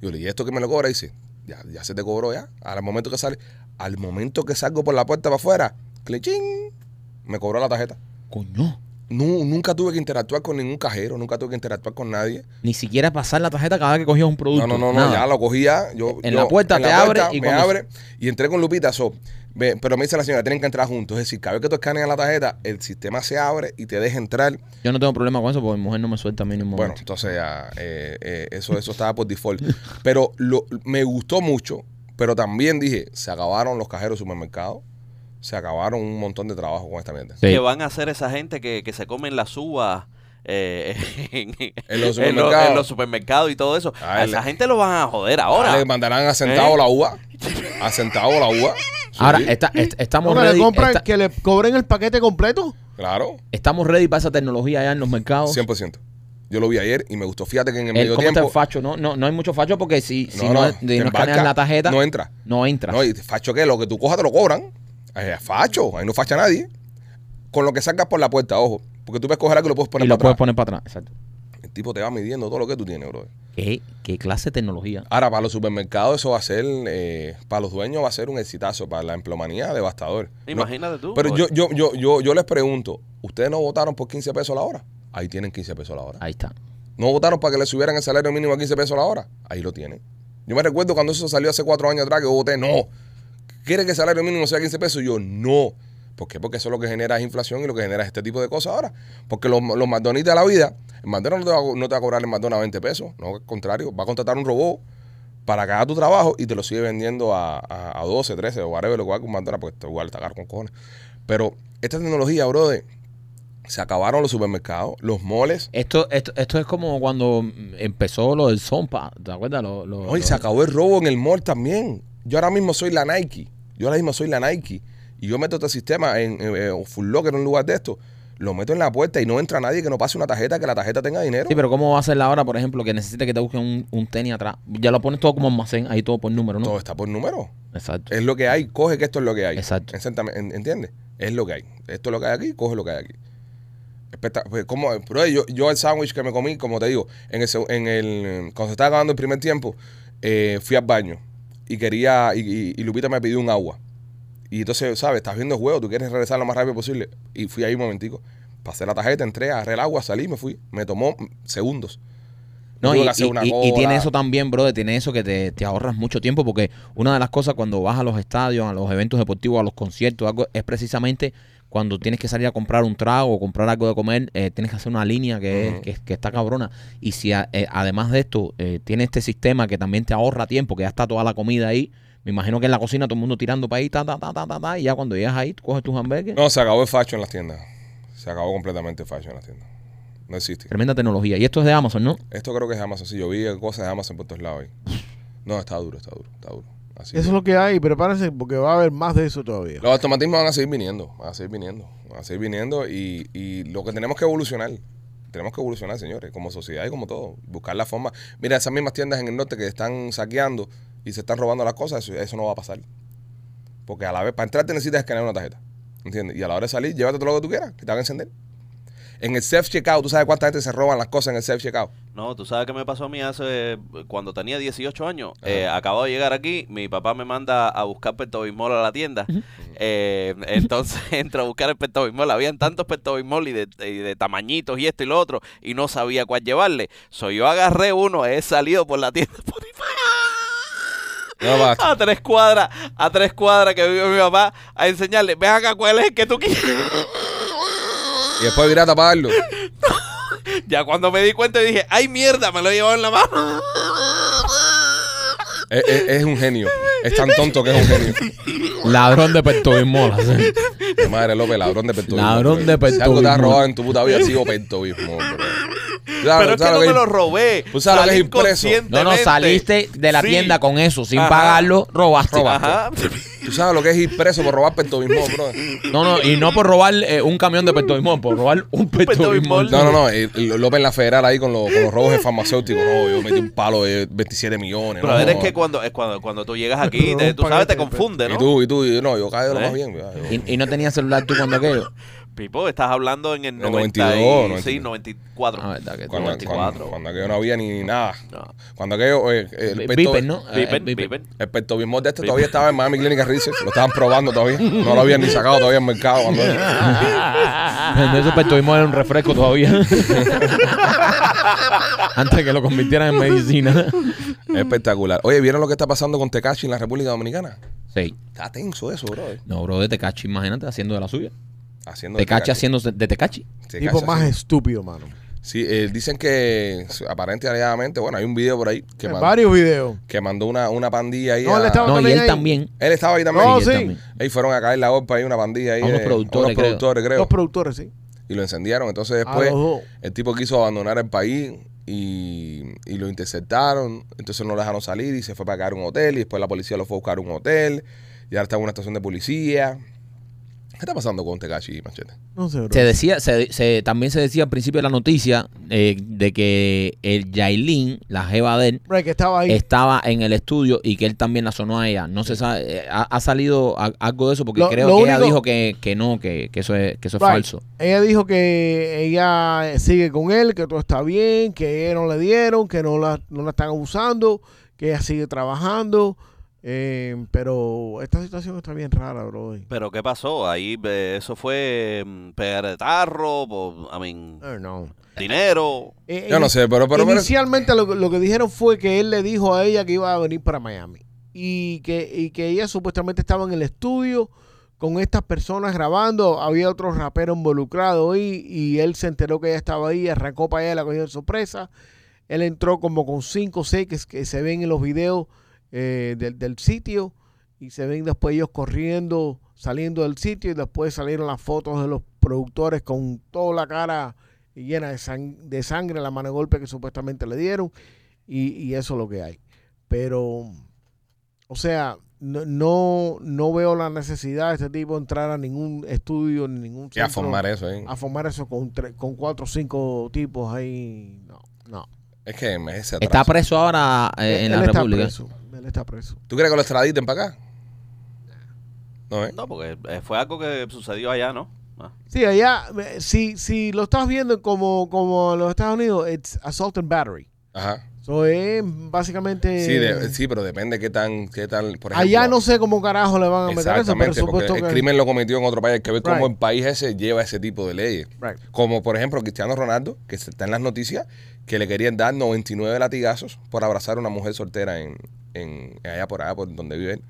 A: Yo le digo, ¿y esto que me lo cobra? Y dice, ya, ya se te cobró ya. Al momento que sale, al momento que salgo por la puerta para afuera, clichín, me cobró la tarjeta.
B: Coño.
A: Nu- nunca tuve que interactuar con ningún cajero, nunca tuve que interactuar con nadie.
B: Ni siquiera pasar la tarjeta cada vez que cogías un producto.
A: No, no, no, no,
B: Nada.
A: ya lo cogía. Yo,
B: En
A: yo-
B: la puerta te abre y
A: me
B: cuando-
A: abre y entré con Lupita. so, ve, pero me dice la señora, tienen que entrar juntos. Es decir, cada vez que tú escaneas la tarjeta, el sistema se abre y te deja entrar.
B: Yo no tengo problema con eso porque mi mujer no me suelta a mí ni un
A: Bueno,
B: momento.
A: entonces ya, eh, eh, eso, eso estaba por default. Pero lo, me gustó mucho, pero también dije, se acabaron los cajeros de supermercado, se acabaron un montón de trabajo con esta mierda.
B: Sí.
D: que van a hacer esa gente que, que se comen las uvas eh, en,
A: En los
D: en lo-
A: supermercados.
D: en los supermercados y todo eso.
A: Ah,
D: a
A: le-
D: esa gente lo van a joder ahora.
A: Le mandarán a centavo
D: ¿Eh?
A: la uva, a centavo la uva. Sí,
B: Ahora, está- est- estamos,
C: No, que le
B: ready,
C: compran-
B: esta-
C: que le cobren el paquete completo.
A: Claro,
B: estamos ready para esa tecnología allá en los mercados.
A: 100%. Yo lo vi ayer y me gustó. Fíjate que en el
B: El,
A: medio
B: ¿Cómo está el
A: tiempo...
B: facho? No, no, no hay mucho facho porque si, si no,
A: te
B: de- no
A: embarca,
B: escaneas la tarjeta,
A: No
B: no,
A: entra.
B: entras.
A: No, y facho que lo que tú cojas te lo cobran. Eh, facho, ahí no facha nadie. Con lo que sacas por la puerta, ojo. Porque tú puedes coger algo y lo puedes poner
B: y lo
A: para
B: puedes
A: atrás.
B: poner para atrás. Exacto.
A: El tipo te va midiendo todo lo que tú tienes, bro.
B: ¿Qué, qué clase de tecnología?
A: Ahora, para los supermercados eso va a ser, eh, para los dueños va a ser un exitazo, para la emplomanía devastador. No,
D: Imagínate tú.
A: pero yo, yo, yo, yo, yo les pregunto, ¿ustedes no votaron por 15 pesos la hora? Ahí tienen 15 pesos la hora.
B: Ahí está.
A: ¿No votaron para que le subieran el salario mínimo a 15 pesos la hora? Ahí lo tienen. Yo me recuerdo cuando eso salió hace cuatro años atrás que yo voté, no. ¿Quiere que el salario mínimo sea 15 pesos? Yo, no. ¿Por qué? Porque eso lo que genera es inflación y lo que genera es este tipo de cosas ahora. Porque los, los McDonald's de la vida, el McDonald's no te va, a- no te va a cobrar el McDonald's 20 pesos. No, al contrario, va a contratar un robot para que haga tu trabajo y te lo sigue vendiendo a, a, a 12, 13 o whatever, lo que va con McDonald's, porque te- igual está caro con cojones. Pero esta tecnología, brother, se acabaron los supermercados, los moles,
B: Esto, esto, esto es como cuando mm, empezó lo del Zompa. ¿Te acuerdas? Lo, lo-
A: Hoy
B: lo-
A: se acabó el robo en el mall también. Yo ahora mismo soy la Nike. Yo ahora mismo soy la Nike. Y yo meto este sistema en, en, en Full Locker, en un lugar de esto. Lo meto en la puerta y no entra nadie que no pase una tarjeta, que la tarjeta tenga dinero.
B: Sí, pero ¿cómo va a ser la hora, por ejemplo, que necesite que te busquen un, un tenis atrás? Ya lo pones todo como almacén, ahí todo por número, ¿no?
A: Todo está por número.
B: Exacto.
A: Es lo que hay. Coge que esto es lo que hay.
B: Exacto.
A: Exactamente. En- ¿Entiendes? Es lo que hay. Esto es lo que hay aquí. Coge lo que hay aquí. Especta- pues, ¿cómo? Pero yo, yo el sándwich que me comí, como te digo, en el, seg- en el- cuando se estaba acabando el primer tiempo, eh, fui al baño y quería, y, y- y Lupita me pidió un agua. Y entonces, ¿sabes? Estás viendo el juego, tú quieres regresar lo más rápido posible. Y fui ahí un momentico. Pasé la tarjeta, entré, agarré el agua, salí, me fui. Me tomó mm, segundos.
B: No,
A: tuve
B: y,
A: que hacer
B: y-
A: una
B: y- y
A: cola.
B: tiene eso también, brother, tiene eso que te, te ahorras mucho tiempo porque una de las cosas cuando vas a los estadios, a los eventos deportivos, a los conciertos, algo, es precisamente cuando tienes que salir a comprar un trago o comprar algo de comer, eh, tienes que hacer una línea que,
A: Ujú.
B: que, que está cabrona. Y si a- eh, además de esto, eh, tiene este sistema que también te ahorra tiempo, que ya está toda la comida ahí. Me imagino que en la cocina todo el mundo tirando para ahí, ta, ta, ta, ta, ta, ta, y ya cuando llegas ahí, tú coges tus hamburgues.
A: No, se acabó el facho en las tiendas. Se acabó completamente el facho en las tiendas. No existe.
B: Tremenda tecnología. Y esto es de Amazon, ¿no?
A: Esto creo que es Amazon. Sí, yo vi cosas de Amazon por todos lados ahí. No, está duro, está duro, está duro. Así
C: Eso es
A: que-
C: lo que hay. Prepárense porque va a haber más de eso todavía.
A: Los automatismos van a seguir viniendo, van a seguir viniendo, van a seguir viniendo y, y lo que tenemos que evolucionar, tenemos que evolucionar, señores, como sociedad y como todo, buscar la forma. Mira, esas mismas tiendas en el norte que están saqueando y se están robando las cosas, eso, eso no va a pasar. Porque a la vez, para entrar te necesitas escanear una tarjeta, ¿entiendes? Y a la hora de salir, llévate todo lo que tú quieras, que te van a encender. En el self-checkout, ¿tú sabes cuánta gente se roban las cosas en el self-checkout?
D: No, tú sabes qué me pasó a mí hace cuando tenía 18 años. Eh, acabo de llegar aquí, mi papá me manda a buscar Pepto-Bismol a la tienda. Eh, entonces entro a buscar el Pepto-Bismol. Habían tantos Pepto-Bismol y de, y de tamañitos y esto y lo otro y no sabía cuál llevarle. Soy yo agarré uno, he salido por la tienda por ahí para
A: No va.
D: a tres cuadras, a tres cuadras que vive mi papá a enseñarle, ven acá cuál es el que tú quieres.
A: Y después ir a taparlo.
D: Ya cuando me di cuenta dije, ay mierda, me lo he llevado en la mano.
A: Es, es- es un genio. Es tan tonto que es un genio.
B: Ladrón de Pertobismol. así.
A: Mi madre López, ladrón de Pertobismo.
B: Ladrón
A: bro.
B: de
A: Si algo te has
B: Pertobismo.
A: robado en tu puta vida, ha sido Pertobismo, bro.
D: Pero es que no me
A: robé.
D: lo robé.
A: Tú sabes lo que es impreso.
D: Salí
B: No, no,
D: conscientemente.
B: saliste de la
D: Sí.
B: tienda con eso, sin
D: Ajá.
B: pagarlo, robaste.
D: Ajá.
A: Tú sabes lo que es ir preso por robar Pertobismo, bro.
B: No, no, y no por robar eh, un camión de Pertobismol, por robar un Pertobismol.
D: Pertobismol.
A: No, no, no. eh, López en la federal ahí con, los- con los robos de farmacéuticos. No, yo metí un palo de 27 millones.
D: Pero
A: no,
D: a ver, es
A: no.
D: que cuando, es cuando, cuando tú llegas
C: Pero
D: aquí,
C: un
D: te- tú sabes,
C: paquete
D: te
C: de
D: confunde,
A: Y
D: ¿no?
A: tú, y tú, y yo, no, yo caí de lo
D: ¿Eh?
A: más bien. ya, yo-
B: Y, y no tenía celular tú cuando aquello.
D: Pipo, estás hablando en el
A: En
D: 90 y-
A: 92,
D: sí, 94.
B: Ah, verdad que
A: cuando,
B: 94.
A: cuando, cuando aquello no había ni nada.
D: No.
A: Cuando aquello, eh, el
B: Bi-
A: Perto-
B: Viper, ¿no? Ah,
D: Viper,
B: el Viper.
D: Viper.
A: El Pertobismol de este todavía estaba en Miami Clinic Research. Lo estaban probando todavía. No lo habían ni sacado todavía al mercado. cuando-
B: Entonces Pertobismol era un refresco todavía. Antes que lo convirtieran en medicina.
A: Espectacular. Oye, ¿vieron lo que está pasando con Tecachi en la República Dominicana?
B: Sí.
A: Está tenso eso, bro.
B: No, bro, de Tecachi, imagínate, haciendo de la suya.
A: Haciendo
B: Tecachi haciendo de, de Tecachi.
A: Tecachi
C: Tipo más
A: haciendo-
C: estúpido, mano.
A: Sí, eh, dicen que su- aparente y alegadamente, bueno, hay un video por ahí que,
C: En
A: mandó-
C: varios videos.
A: que mandó una, una pandilla ahí.
C: No,
A: a-
C: él estaba-
B: No, y
C: también
B: él
C: hay-
B: también.
A: Él estaba ahí también.
C: No,
B: Y él
C: sí.
B: también.
A: Ahí fueron a caer la golpa ahí una pandilla ahí.
B: A unos
A: eh,
B: productores,
A: unos productores, creo.
C: Los productores, sí.
A: y lo incendiaron. Entonces
C: A los
A: después
C: dos.
A: el tipo quiso abandonar el país y, y lo interceptaron. Entonces no lo dejaron salir y se fue para caer a un hotel. Y después la policía lo fue a buscar a un hotel. Y ahora está en una estación de policía. ¿Qué está pasando con Tecachi, Machete?
C: No sé, bro.
B: Se decía, se, se- también se decía al principio de la noticia eh, de que el Yailin, la jeva de él,
C: Bro, que estaba ahí.
B: estaba en el estudio y que él también la sonó a ella. No se sabe, eh, ha, ha salido a- algo de eso porque
C: Lo-
B: creo
C: lo
B: que ella
C: único-
B: dijo que, que no, que, que eso es, que eso es
C: Right.
B: falso.
C: Ella dijo que ella sigue con él, que todo está bien, que ella no le dieron, que no la, no la están abusando, que ella sigue trabajando. eh, pero esta situación está bien rara, bro. I
D: Pero ¿qué pasó? Ahí eh, eso fue mm, pegarretarro, po- pues, I mean,
A: Eh.
C: don't know.
D: dinero.
C: Eh,
A: Yo no sé, pero, pero, pero-
C: Inicialmente lo, que- lo que dijeron fue que él le dijo a ella que iba a venir para Miami y que, y que ella supuestamente estaba en el estudio con estas personas grabando, había otro rapero involucrado ahí y él se enteró que ella estaba ahí, arrancó para allá, la cogió de sorpresa. Él entró como con cinco o seis que, que se ven en los videos eh, del, del sitio y se ven después ellos corriendo, saliendo del sitio y después salieron las fotos de los productores con toda la cara llena de, sang- de sangre, la mano de golpe que supuestamente le dieron y, y eso es lo que hay. Pero, o sea, no, no, no veo la necesidad de este tipo entrar a ningún estudio, ni ningún
A: Ya,
C: centro,
A: formar eso, ¿eh?
C: a formar eso con, tre- con cuatro o cinco tipos ahí. No, no.
A: Es que me ese
B: Está
A: atraso.
B: preso ahora eh, en
C: él
B: la
C: está
B: República.
C: preso. Él está preso.
A: ¿Tú crees que lo extraditen para acá? No, ¿eh?
D: No, porque eh, fue algo que sucedió allá, ¿no? Ah.
C: Sí, allá, eh, si, si lo estás viendo como, como en los Estados Unidos, it's assault and battery.
A: Ajá.
C: So, es básicamente...
A: Sí, de- sí, pero depende qué tan, qué tan, por ejemplo.
C: Eh. allá no sé cómo carajo le van a meter eso, pero
A: Exactamente, porque
C: supuesto
A: el
C: que...
A: crimen lo cometió en otro país. Hay que ver cómo
C: Right.
A: el país ese lleva ese tipo de leyes.
C: Right.
A: Como por ejemplo Cristiano Ronaldo, que se- está en las noticias, que le querían dar 99 latigazos por abrazar a una mujer soltera en, en- allá por allá, por donde vive él.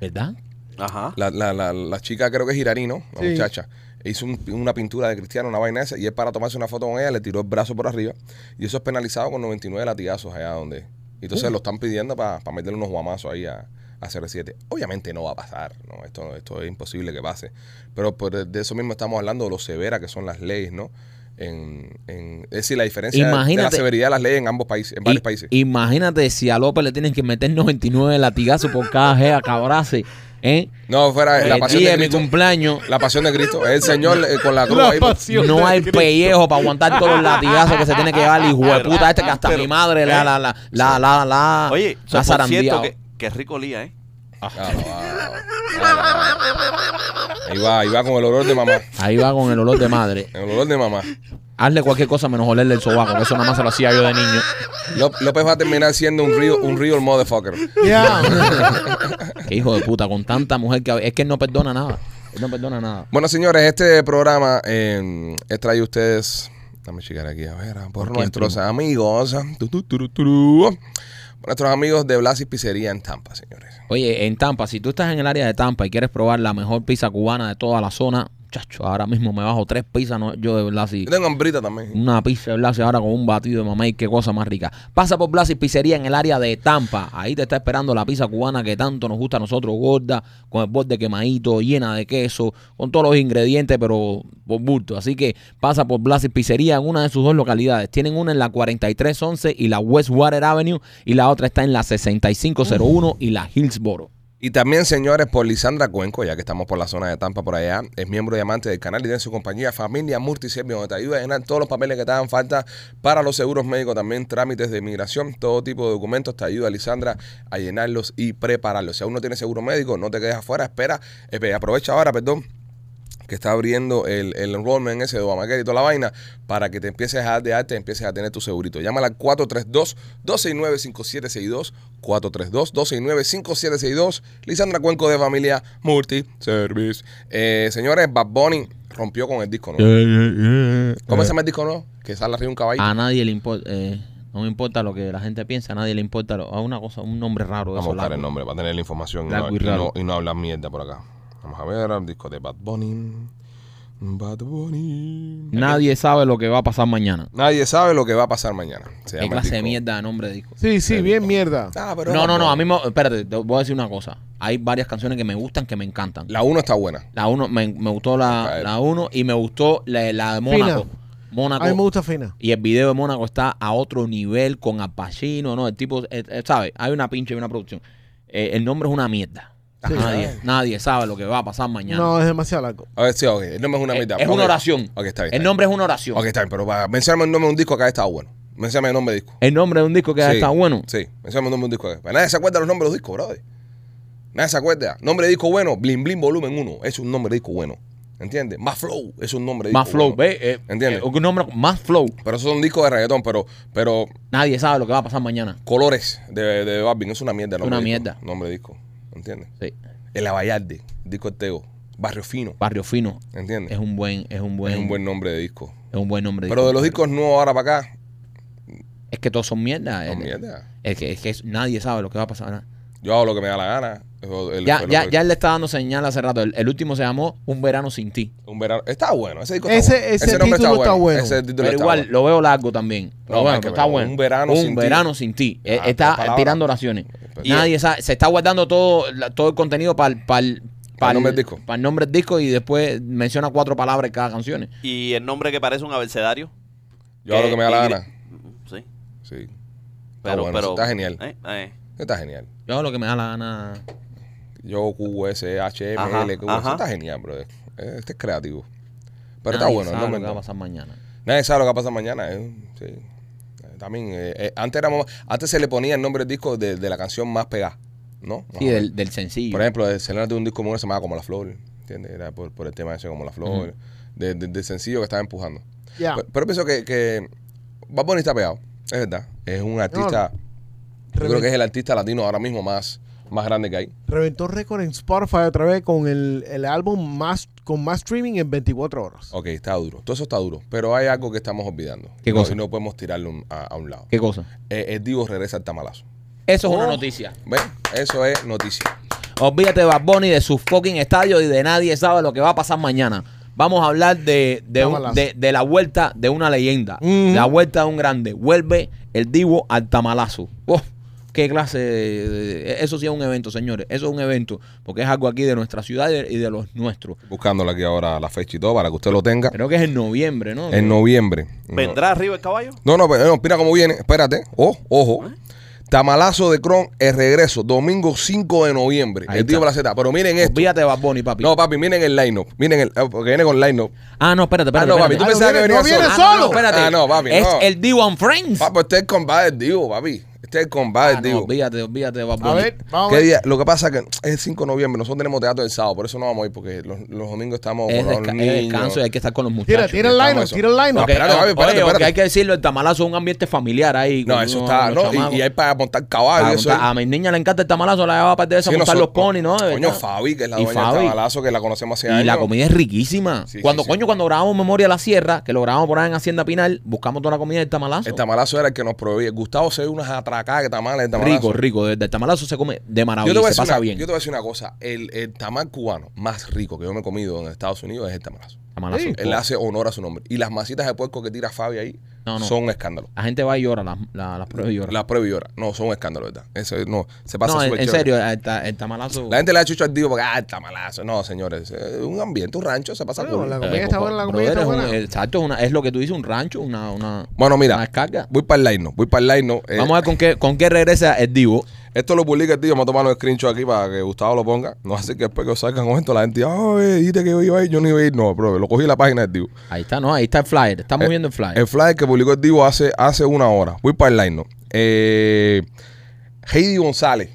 B: ¿Verdad?
D: Ajá.
A: La, la- la- la chica creo que es iraní, ¿no? La
C: Sí.
A: muchacha. Hizo un- una pintura de Cristiano, una vaina esa, y él para tomarse una foto con ella le tiró el brazo por arriba. Y eso es penalizado con 99 latigazos allá donde. Y entonces lo están pidiendo para meterle unos guamazos ahí a, a CR7. Obviamente no va a pasar, ¿no? Esto, esto es imposible que pase. Pero por- de eso mismo estamos hablando, de lo severa que son las leyes, ¿no? En, en- es decir, la diferencia de- de la
B: Imagínate.
A: severidad de las leyes en ambos países, en
B: I-
A: varios países.
B: Imagínate si a López le tienen que meter 99 latigazos por cada jea cabrase. ¿eh?
A: no, fuera la
B: el
A: pasión
B: día
A: de
B: de mi
A: Cristo.
B: cumpleaños.
A: La pasión de Cristo. Es el Señor eh, con la cruz ahí, pues.
B: No hay pellejo para aguantar todos los latigazos que se tiene que llevar el hijo de puta este que hasta
D: Pero- eh,
B: mi madre la la la la la la
D: Oye, o
B: la
D: sea, por cierto,
B: zarandeado.
D: que, que rico olía, ¿eh?
A: Ah, no, ah, no, ah, no. Ahí va, ahí va con el olor de mamá.
B: Ahí va con el olor de madre.
A: El olor de mamá.
B: Hazle cualquier cosa menos olerle el sobaco, que eso nada más se lo hacía yo de niño.
A: Ló- López va a terminar siendo un real, un real motherfucker.
C: Yeah.
B: Qué hijo de puta, con tanta mujer que es que él no perdona nada. Él no perdona nada.
A: Bueno, señores, este programa eh, es traído a ustedes. Dame checar aquí, a ver, por,
B: quién,
A: nuestros amigos. ah, Tu, tu, tu, tu, tu. Por nuestros amigos de Blas y Pizzería en Tampa, señores.
B: Oye, en Tampa, si tú estás en el área de Tampa y quieres probar la mejor pizza cubana de toda la zona, Chacho, ahora mismo me bajo tres pizzas, no, yo de verdad sí.
A: Yo tengo hambrita también.
B: Una pizza de Blasi ahora con un batido de mamá y qué cosa más rica. Pasa por Blasi Pizzería en el área de Tampa. Ahí te está esperando la pizza cubana que tanto nos gusta a nosotros, gorda, con el borde quemadito, llena de queso, con todos los ingredientes, pero por bulto. Así que pasa por Blasi Pizzería en una de sus dos localidades. Tienen una en la 4311 y la Westwater Avenue y la otra está en la 6501 y la Hillsboro.
A: Y también, señores, por Lisandra Cuenco, ya que estamos por la zona de Tampa, por allá, es miembro y amante del canal y de su compañía Familia Multiservio, donde te ayuda a llenar todos los papeles que te hagan falta para los seguros médicos, también trámites de inmigración, todo tipo de documentos, te ayuda Lisandra a llenarlos y prepararlos. Si aún no tienes seguro médico, no te quedes afuera, espera, espera, aprovecha ahora, perdón, que está abriendo el, el enrollment ese de Obamacare y toda la vaina para que te empieces a dar de arte, empieces a tener tu segurito. Llámala al 432-269-5762, 432-269-5762, Lisandra Cuenco de Familia Multi Service. Eh, señores, Bad Bunny rompió con el disco nuevo. ¿Cómo se llama el disco nuevo? Que sale arriba un caballo.
B: A nadie le importa. eh, no me importa lo que la gente piensa, a nadie le importa. Lo, a una cosa, un nombre raro.
A: Vamos a
B: eso,
A: buscar
B: largo.
A: el nombre para tener la información y
B: Largo
A: no,
B: y
A: y no-
B: raro.
A: y no hablar mierda por acá. Vamos a ver el disco de Bad Bunny. Bad Bunny.
B: Nadie sabe lo que va a pasar mañana.
A: Nadie sabe lo que va a pasar mañana. Se llama
B: ¿Qué
A: el
B: clase de
A: disco.
B: mierda de nombre de disco?
C: Sí, sí, bien mierda.
A: Ah, pero
B: No, no, no. A mí,
A: bueno.
B: me, espérate, te voy a decir una cosa. Hay varias canciones que me gustan, que me encantan.
A: La 1 está buena.
B: La 1, me, me gustó la
A: Ok.
B: 1 y me gustó la, la de Mónaco.
C: Fina.
B: Mónaco.
C: A mí me gusta Fina.
B: Y el video de Mónaco está a otro nivel con Al Pacino, ¿no? El tipo, eh, eh, ¿sabes? Hay una pinche, hay una producción. Eh, el nombre es una mierda.
A: Ah, Sí.
B: nadie, nadie sabe lo que va a pasar mañana.
C: No, es demasiado largo.
A: A ver, sí, ok. El nombre es una
B: Eh,
A: mitad.
B: es una oración.
A: Ok, está bien.
B: el nombre es una oración.
A: Ok, está bien, pero para mencionarme el nombre de un disco acá está bueno. Mencioname el nombre de disco.
B: El nombre de un disco que
A: Sí,
B: está bueno.
A: Sí, mencioname el nombre de un disco acá. Pero Nadie se acuerda los nombres de los discos, brother. Nadie se acuerda. Nombre de disco bueno, Blin Blin Volumen 1. Es un nombre de disco bueno. ¿Entiendes? Más Flow es un nombre de
B: Más
A: disco
B: flow,
A: bueno.
B: ve. eh,
A: ¿Entiendes?
B: eh, un nombre con más flow.
A: Pero esos son discos de reggaetón, pero, pero
B: Nadie sabe lo que va a pasar mañana.
A: colores de, de Bad Bunny, Es una mierda. el nombre
B: Una
A: de disco.
B: mierda.
A: Nombre de disco. ¿Entiendes?
B: Sí.
A: El Abayarde, disco Ortego, Barrio Fino.
B: Barrio Fino
A: ¿Entiendes?
B: es un buen, es un buen,
A: es un buen nombre de disco.
B: es un buen nombre.
A: Pero de los discos nuevos ahora para acá,
B: Es que todos son mierda.
A: no
B: eh,
A: mierda.
B: Es que, es que es- nadie sabe lo que va a pasar.
A: Yo hago lo que me da la gana. Eso es lo-
B: Ya,
A: es lo
B: ya,
A: que-
B: ya él le está dando señal hace rato. El, el último se llamó Un verano sin ti.
A: Un verano. Está bueno. Ese disco
C: Ese-
A: está bueno.
C: ese título está bueno.
A: Ese título
B: Pero
A: está
B: igual
A: bueno.
B: lo veo largo también.
A: No,
B: Lo veo,
A: hay que
B: pero está
A: verlo.
B: bueno.
A: Un verano sin ti.
B: verano sin ti. Eh,
A: Ah, la
B: está
A: palabra. Pues,
B: tirando oraciones.
A: Perfecto.
B: Nadie sabe. Se está guardando todo, la- todo el contenido para el
A: Pa'l nombre del disco.
B: Para el nombre del disco y después menciona cuatro palabras en cada canción.
D: Y el nombre que parece un abecedario.
A: Yo hago lo que me da la gana.
D: Sí.
A: Sí. Está
D: Pero,
A: bueno,
D: pero.
A: está genial.
D: Eh, eh.
A: Está genial.
B: Yo hago lo que me da la gana.
A: Yo, Q, S, H, M,
D: Ajá,
A: L, Q.
D: ajá.
A: Eso está genial, brother. Eh, Este es creativo. Pero
B: Nadie
A: está bueno.
B: sabe
A: no me-
B: lo que va a pasar mañana.
A: Nadie sabe lo que va a pasar mañana. eh. Sí. Eh, También, eh, eh, antes, éramos- antes se le ponía el nombre del disco de, de la canción más pegada, ¿no? Más
B: Sí,
A: o menos.
B: del, del sencillo.
A: Por ejemplo, el Selena de un disco muy bueno se llamaba Como la Flor, ¿entiendes? Era por, por el tema ese Como la Flor, de, de- del sencillo que estaba empujando.
C: Ya.
A: Pero, pero pienso que, que Bad Bunny está pegado, es verdad. Es un artista, yo creo que es el artista latino ahora mismo más, más grande que hay.
C: Reventó récord en Spotify otra vez con el, el álbum más con más streaming en 24 horas.
A: Ok, está duro, todo eso está duro, pero hay algo que estamos olvidando.
B: ¿Qué
A: No,
B: cosa?
A: Y no podemos tirarlo un- a, a un lado.
B: ¿Qué cosa?
A: Eh, el Divo regresa al tamalazo.
B: Eso es una noticia.
A: ¿Ves? Eso es noticia.
B: Olvídate de Bad Bunny, de su fucking estadio y de nadie sabe lo que va a pasar mañana. Vamos a hablar de, de, un-
C: Tamalazo.
B: de- de la vuelta de una leyenda.
C: Mm.
B: La vuelta de un grande. Vuelve el Divo al tamalazo. Oh, qué clase. de- de- eso sí es un evento, señores. Eso es un evento. Porque es algo aquí de nuestra ciudad y de, y de los nuestros.
A: Buscándolo aquí ahora la fecha y todo para que usted lo tenga
B: Creo que es en noviembre, ¿no?
A: en noviembre. No-
D: ¿Vendrá arriba el caballo?
A: No, no, pero no, mira cómo viene. Espérate. Oh, ojo. Tamalazo de Cron, el regreso, domingo 5 de noviembre.
B: Ahí
A: el tío
B: está.
A: Placeta. Pero miren esto.
B: Olvídate de Bad Bunny, papi.
A: No, papi, miren el line-up. Miren el. ah, Porque viene con line-up.
B: Ah, no, espérate,
A: Ah,
B: espérate.
A: no, papi.
B: espérate.
A: Tú
C: Ah,
A: pensabas
C: no
A: que
C: viene-
A: venía
C: no viene
A: solo.
C: solo.
B: Ah, no, espérate.
A: Ah, no, papi.
B: Es
A: no.
B: el Divo and Friends.
A: Papi, este es el compadre del Divo, papi. Este es el compadre
B: Ah,
A: del
B: no,
A: Divo.
B: olvídate, olvídate de Bad Bunny.
C: A ver, vamos a
A: ¿Qué
C: ver.
A: día? Lo que pasa es que es el 5 de noviembre. Nosotros tenemos teatro el sábado. Por eso no vamos a ir, porque los, los domingos estamos
B: Es,
A: con los
B: desca- es
A: niños.
B: descanso y hay que estar con los
C: Tira,
B: muchachos.
C: tira el
A: estamos
C: line,
A: eso.
C: tira el line.
A: No,
B: Porque,
A: espérate,
B: oh,
A: papi, espérate,
B: oye, porque
A: espérate.
B: hay que decirlo, el tamalazo es un ambiente familiar ahí.
A: No,
B: con
A: eso
B: uno-
A: está.
B: los
A: No, y-
B: chamacos.
A: y, hay para montar caballos.
B: Para
A: y eso
B: montar-
A: es-
B: a mi niña le encanta el tamalazo, la lleva aparte de eso,
A: Sí,
B: a montar los
A: nosotros-
B: ponis, ¿no? De
A: Coño,
B: verdad.
A: Fabi, que es la
B: Y
A: dueña del
B: Fabi.
A: tabalazo, que la conocemos hace años.
B: Y la comida es riquísima.
A: Sí, sí,
B: cuando,
A: sí.
B: coño, cuando grabamos Memoria de la Sierra, que lo grabamos por ahí en Hacienda Pinal, buscamos toda la comida del tamalazo.
A: El tamalazo era el que nos prohibía. Gustavo se dio unas atracas acá, que tamal, el tamalazo.
B: Rico, rico. Desde el tamalazo se come de
A: Yo
B: maravilla.
A: te, voy a decir
B: se pasa
A: una,
B: bien.
A: yo te voy a decir una cosa. El, el tamal cubano más rico que yo me he comido en Estados Unidos es el tamalazo.
B: Tamalazo.
C: Sí.
A: Él le hace honor a su nombre. Y las masitas de puerco que tira Fabi ahí
B: No, no.
A: son un escándalo.
B: La gente va y llora, las la, las pruebas y llora.
A: Las pruebas y llora. No, son un escándalo, ¿verdad? Eso, no, se pasa
B: no, en,
A: súper
B: en
A: chévere.
B: serio, el, ta- el tamalazo.
A: La gente le ha hecho al tío porque, ah, el tamalazo. No, señores. eh, Un ambiente, un rancho, se pasa
C: Bueno,
A: cool.
C: la
B: Eh,
C: comida está
B: bro-
C: buena, la comida está
B: brother, es un-
C: buena.
B: Exacto, es una- es lo que tú dices, un rancho, una, una,
A: Bueno,
B: una
A: mira,
B: descarga.
A: voy para el line, no, voy para el line. no, eh,
B: Vamos a ver con qué, con qué regresa el Divo.
A: Esto lo publica el tío, vamos a tomar los screenshots aquí para que Gustavo lo ponga. No hace que después que salgan con esto la gente, ay, dijiste que yo iba a ir, yo no iba a ir. No, bro, lo cogí en la página del tío.
B: Ahí está, ¿no? Ahí está el flyer. Estamos
A: Eh,
B: viendo el flyer.
A: El flyer que publicó el Divo hace, hace una hora. Voy para el line. ¿no? Eh, Heidi González.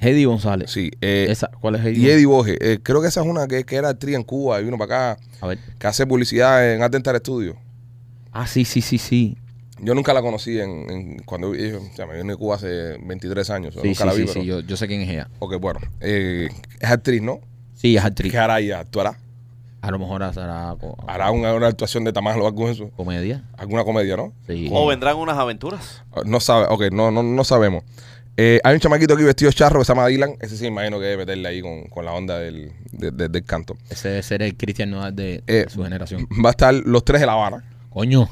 B: Heidi González.
A: Sí. eh,
B: Esa- ¿Cuál es Heidi?
A: y Eddie Boge. Eh, creo que esa es una que, que era actriz en Cuba y vino para acá,
B: A ver.
A: que hace publicidad en Atentar Studio.
B: Ah, sí, sí, sí, sí.
A: Yo nunca la conocí en, en- cuando yo, o sea, me vine de Cuba hace 23 años. o sea,
B: Sí,
A: nunca
B: sí,
A: la vi,
B: sí,
A: pero-
B: sí, Yo, yo sé quién es ella.
A: Ok, bueno. eh, es actriz, ¿no?
B: Sí, es actriz.
A: ¿Qué hará ella? ¿Actuará?
B: A lo mejor hará co-
A: ¿Hará una, una actuación de Tamás o algo de eso?
B: comedia.
A: ¿Alguna comedia, no?
B: Sí.
D: O vendrán unas aventuras.
A: No sabe, ok, no, no, no sabemos. Eh, hay un chamaquito aquí vestido charro que se llama Dylan. Ese sí, me imagino que debe meterle ahí con, con la onda del, de- de- del canto.
B: Ese debe ser el Cristian Nodal de,
A: Eh,
B: de su generación.
A: Va a estar los tres de La Habana.
B: Coño.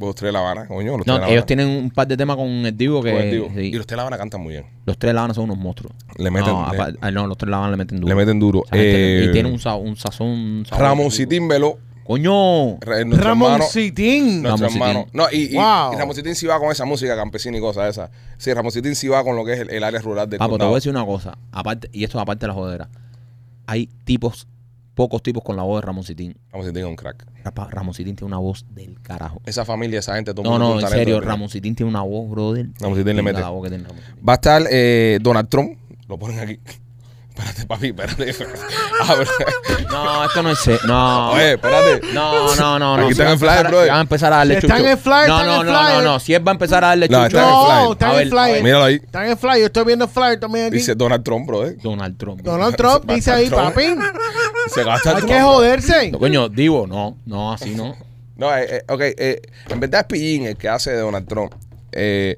A: Los tres de La Habana, coño. Los tres de
B: No,
A: la
B: ellos
A: Habana.
B: tienen un par de temas con el Divo que.
A: Colectivo.
B: sí.
A: Y los tres de La Habana cantan muy bien.
B: Los tres lavan son unos monstruos.
A: Le meten,
B: no,
A: le,
B: apa- ah, no, los tres lavan le meten duro.
A: le meten duro.
B: Esa gente-
A: Eh,
B: y tiene un, sa- un sazón. un sabor rico.
A: Ramoncitín Veló.
B: Coño.
A: re- nuestro
C: Ramón
A: hermano-
C: Sitín.
A: Nuestro
B: Ramoncitín.
A: hermano. No, y, y,
C: Wow.
A: y Ramoncitín sí va con esa música campesina y cosas esas. Sí, Ramoncitín sí va con lo que es el, el área rural del
B: Papo, te
A: condado.
B: voy a decir una cosa. Aparte, y esto es aparte de la jodera. Hay tipos, pocos tipos con la voz de Ramoncitín.
A: Ramoncitín es un crack.
B: Rapa- Ramoncitín tiene una voz del carajo.
A: Esa familia, esa gente, todo el
B: No,
A: mundo
B: no,
A: tiene
B: en
A: un talento
B: serio,
A: que tiene.
B: Ramoncitín tiene una voz, brother.
A: Ramoncitín le
B: Linda
A: mete.
B: la voz que tiene Ramoncitín.
A: Va a estar eh, Donald Trump. Lo ponen aquí. Espérate, papi, espérate. Ah, pero-
B: No, esto no es se- No.
A: Oye, espérate.
B: No, no, no, no.
A: Aquí
B: Si
A: están
B: va a
A: en flyer,
B: empezar a-
A: brother.
B: si va a empezar a darle
C: Si
B: chucho.
C: están en flyer,
B: no,
C: están
B: no,
C: en
B: no, no,
C: flyer.
B: no. Si él va a empezar a darle
A: No,
B: chucho.
A: está en flyer.
C: No,
B: A
C: está
B: ver,
C: en flyer.
A: eh, Míralo ahí.
C: Está en el flyer. Estoy viendo el flyer también aquí.
A: Dice Donald Trump, bro. eh.
B: Donald Trump.
C: Donald Trump
A: Va a
C: dice
A: estar
C: ahí,
A: Trump.
C: papi.
A: Se gasta
C: Hay
A: Trump,
C: que
A: bro.
C: joderse.
B: No, coño, Divo, no, no, así no.
A: No, eh, eh, ok. eh, en verdad es Pillín el que hace de Donald Trump. Eh,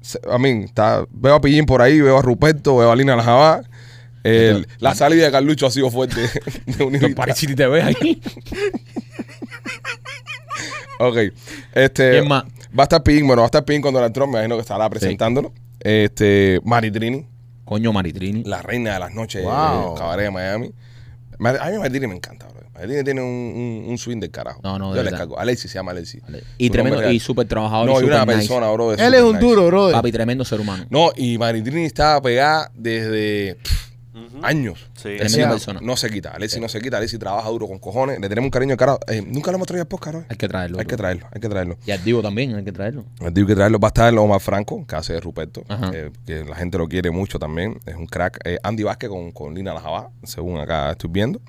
A: se- a mí, está, veo a Pillín por ahí, veo a Ruperto, veo a Lina Lajabá. El- la salida de Carlucho ha sido fuerte. de
B: Yo
A: Univista.
B: parece que te ves ahí.
A: Ok. Este,
B: ¿Quién más?
A: Va a estar Pillín, bueno, va a estar Pillín con Donald Trump, me imagino que estará presentándolo. Este, Maritrini,
B: Coño, Maritrini.
A: la reina de las noches
C: Wow.
A: de cabaret de Miami. Mar- A mí Maritrini me encanta, bro. Maritrini tiene un, un- un swing del carajo.
B: No, no, de
A: Yo le
B: verdad.
A: cargo. Alexis se llama Alexis.
B: Y
A: Un
B: tremendo,
A: hombre
B: y
A: que-
B: súper trabajador.
A: No,
B: y
A: y una
B: súper nice.
A: persona, bro.
C: Él es un duro, brother.
B: Papi, tremendo ser humano.
A: No, y Maritrini está pegada desde pff,
D: Ujú.
A: años.
D: Sí.
B: Tremenda
A: Ella
B: persona.
A: No se quita. Alexis no se quita. Alexis trabaja duro con cojones. Le tenemos un cariño de cara. Eh, nunca lo hemos traído a podcast, bro.
B: Hay que traerlo.
A: Hay que
B: bro.
A: traerlo, hay que traerlo.
B: Y al Divo también, hay que traerlo.
A: Les digo que traerlo. Va a estar Omar Franco, que hace de Ruperto,
B: Ajá.
A: eh, que la gente lo quiere mucho también. Es un crack. Eh, Andy Vázquez con, con Lina Lajabá, según acá estoy viendo.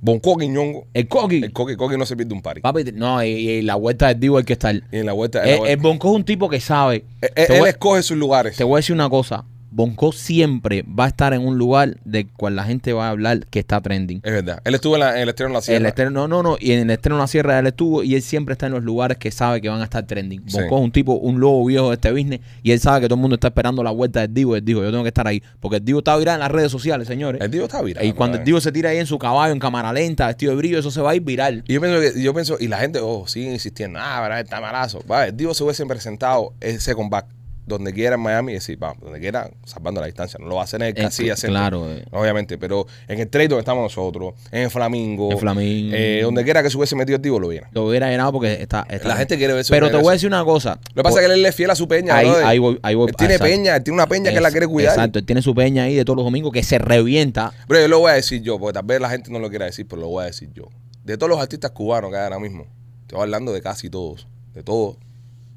A: Bonco Quiñongo.
B: El Coqui.
A: El Coqui Coqui no se pierde un party.
B: Papi, no, y, y la vuelta del Divo hay que estar.
A: Y en la vuelta. en la
B: El, el
A: vuelta-
B: Bonco es un tipo que sabe.
A: Eh, eh,
B: Eh, te,
A: él
B: voy,
A: escoge sus lugares.
B: te voy a decir una cosa. Bonco siempre va a estar en un lugar del cual la gente va a hablar que está trending.
A: Es verdad. Él estuvo en, la- en el estreno en la
B: El
A: sierra.
B: estreno, no, no, no. Y en el estreno de la sierra él estuvo y él siempre está en los lugares que sabe que van a estar trending.
A: Sí.
B: Bonco es un tipo, un lobo viejo de este business y él sabe que todo el mundo está esperando la vuelta del Divo. Él dijo, yo tengo que estar ahí. Porque el Divo está viral en las redes sociales, señores.
A: El tío está viral. eh.
B: y cuando
A: brother.
B: el Divo se tira ahí en su caballo, en cámara lenta, vestido de brillo, eso se va a ir viral.
A: Y yo pienso, que- yo pienso, y la gente, oh, sigue insistiendo, ah, ¿verdad? Está malazo. Va, el Divo se hubiese presentado ese comeback donde quiera en Miami y decir, vamos, donde quiera, salvando la distancia. No lo va a hacer en el
B: Es
A: Casilla
B: cl-
A: Center,
B: claro, eh.
A: Obviamente, pero en el trade donde estamos nosotros, en el Flamingo,
B: En Flamingo.
A: eh, donde quiera que se hubiese metido el Divo, lo vieran.
B: Lo hubiera llenado porque está. está-
A: La gente quiere ver su
B: Pero te
A: regreso.
B: voy a decir una cosa.
A: Lo que pasa es que él es fiel a su peña.
B: Pues Ahí-
A: brother.
B: ahí voy- ahí voy-
A: Él tiene
B: exacto.
A: peña, él tiene una peña que él la quiere cuidar.
B: Exacto, él tiene su peña ahí de todos los domingos que se revienta.
A: Pero yo lo voy a decir yo, porque tal vez la gente no lo quiera decir, pero lo voy a decir yo. De todos los artistas cubanos que hay ahora mismo, estoy hablando de casi todos, de todos.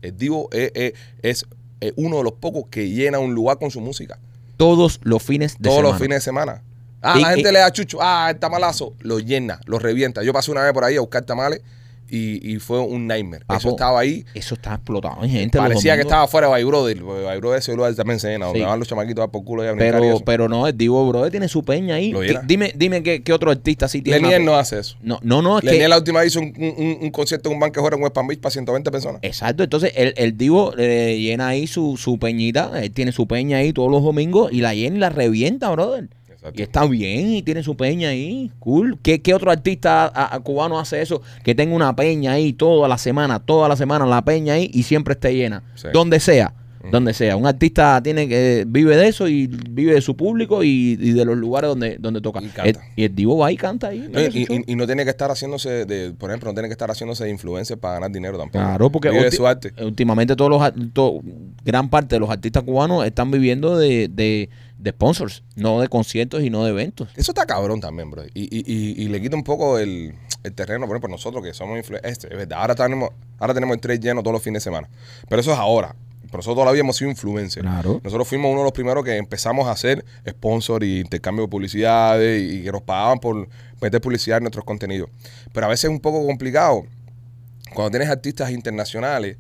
A: El Divo es, es- es- es uno de los pocos que llena un lugar con su música.
B: Todos los fines de
A: todos los
B: semana.
A: fines de semana. Ah,
B: Y-
A: la gente
B: y-
A: le da chucho, ah, el tamalazo, lo llena, lo revienta. Yo pasé una vez por ahí a buscar tamales y, y fue un nightmare.
B: Papo,
A: Eso estaba ahí.
B: Eso está explotado en gente. los
A: Parecía que
B: domingos.
A: estaba fuera de By Brother. porque By Brother ese lugar también se llena. Donde
B: Sí.
A: van los chamaquitos a dar por culo y a brincar y
B: Pero, pues,
A: eso.
B: pero no, el Divo Brother tiene su peña ahí.
A: Lo
B: Di-
A: llena.
B: Dime, dime qué, qué otro artista sí tiene.
A: Leniel
B: una-
A: no hace eso.
B: no, no, no, es
A: Leniel
B: que-
A: la última hizo un, un- un- un concierto en un banquejero en West Palm Beach para 120 personas.
B: Exacto, entonces el, el Divo eh, llena ahí su, su peñita, él tiene su peña ahí todos los domingos y la llena y la revienta, brother.
A: Exacto.
B: Y está bien, y tiene su peña ahí, cool. ¿Qué, qué otro artista a- a cubano hace eso? Que tenga una peña ahí toda la semana, toda la semana la peña ahí y siempre esté llena.
A: Sí.
B: Donde sea,
A: Ujú.
B: donde sea. Un artista tiene que vive de eso y vive de su público y, y de los lugares donde, donde toca.
A: Y
B: El- Y
A: canta.
B: el, Divo va y canta ahí.
A: No, y, y- y- y no tiene que estar haciéndose, de, por ejemplo, no tiene que estar haciéndose de influencer para ganar dinero tampoco.
B: Claro, porque
A: Vive de
B: ulti-
A: su arte.
B: últimamente todos los ar- to- gran parte de los artistas cubanos están viviendo de, de, de sponsors, no de conciertos y no de eventos.
A: Eso está cabrón también, bro. Y, y- y- y le quita un poco el, el terreno, por ejemplo, nosotros que somos influencers. Es verdad, ahora tenemos, ahora tenemos el trade lleno todos los fines de semana. Pero eso es ahora. Pero nosotros todavía hemos sido influencers.
B: Claro.
A: Nosotros fuimos uno de los primeros que empezamos a hacer sponsor y intercambio de publicidades y, y que nos pagaban por meter publicidad en nuestros contenidos. Pero a veces es un poco complicado cuando tienes artistas internacionales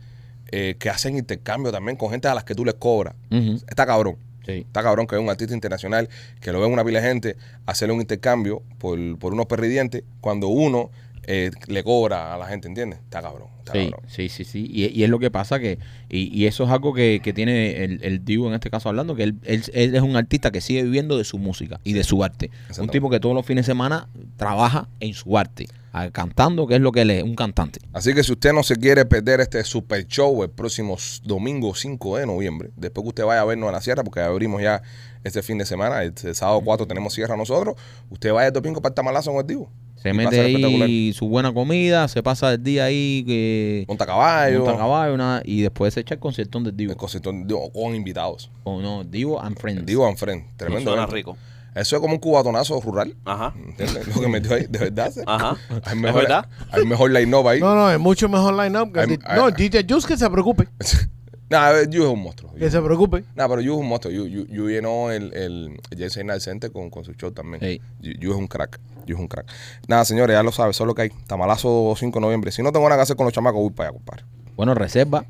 A: eh, que hacen intercambio también con gente a las que tú les cobras.
B: Ujú.
A: Está cabrón.
B: Sí.
A: Está cabrón que es un artista internacional que lo ve una pila de gente hacerle un intercambio por, por unos perridientes cuando uno eh, le cobra a la gente, ¿entiendes? Está cabrón. Está
B: Sí,
A: cabrón.
B: sí, sí, sí. Y, y es lo que pasa que, y, y eso es algo que, que tiene el, el Divo en este caso hablando, que él, él- él es un artista que sigue viviendo de su música y de su arte. Un
A: Exactamente.
B: tipo que todos los fines de semana trabaja en su arte, ah, cantando, que es lo que él es, un cantante.
A: Así que si usted no se quiere perder este super show el próximo s- domingo 5 de noviembre, después que usted vaya a vernos a la sierra, porque abrimos ya este fin de semana, el, el sábado 4 tenemos sierra nosotros, usted vaya el domingo para el tamalazo con el Divo.
B: Se
A: Y
B: mete
A: pasa espectacular.
B: ahí su buena comida, se pasa el día ahí que...
A: Monta caballo,
B: monta caballo, una- y después se echa el concierto donde Divo.
A: el concierto de Divo con invitados.
B: O no, Divo and Friends.
A: El Divo and Friend, tremendo.
D: Suena
A: evento.
D: rico.
A: Eso es como un cubatonazo rural.
D: Ajá.
A: ¿Entiendes? Lo que metió ahí, de verdad. sí.
D: Ajá.
A: Hay mejor,
D: Ah, ¿Es verdad?
A: Hay mejor la innova ahí.
C: No, no, es mucho mejor line-up. que
A: I'm-
C: el di- No,
A: I-
C: DJ Juice que se preocupe.
A: Nah, a ver, Yu es un monstruo.
C: Que se preocupe.
A: Nah, pero Yu es un monstruo. Yu, Yu- Yu llenó el, el Jesse Night Center con, con su show también.
B: Ey.
A: Yu, Yu es un crack. Yu es un crack. Nada, señores, ya lo sabes, solo que hay. Tamalazo 5 de noviembre. Si no tengo nada que hacer con los chamacos, voy para allá, compadre.
B: Bueno, reserva.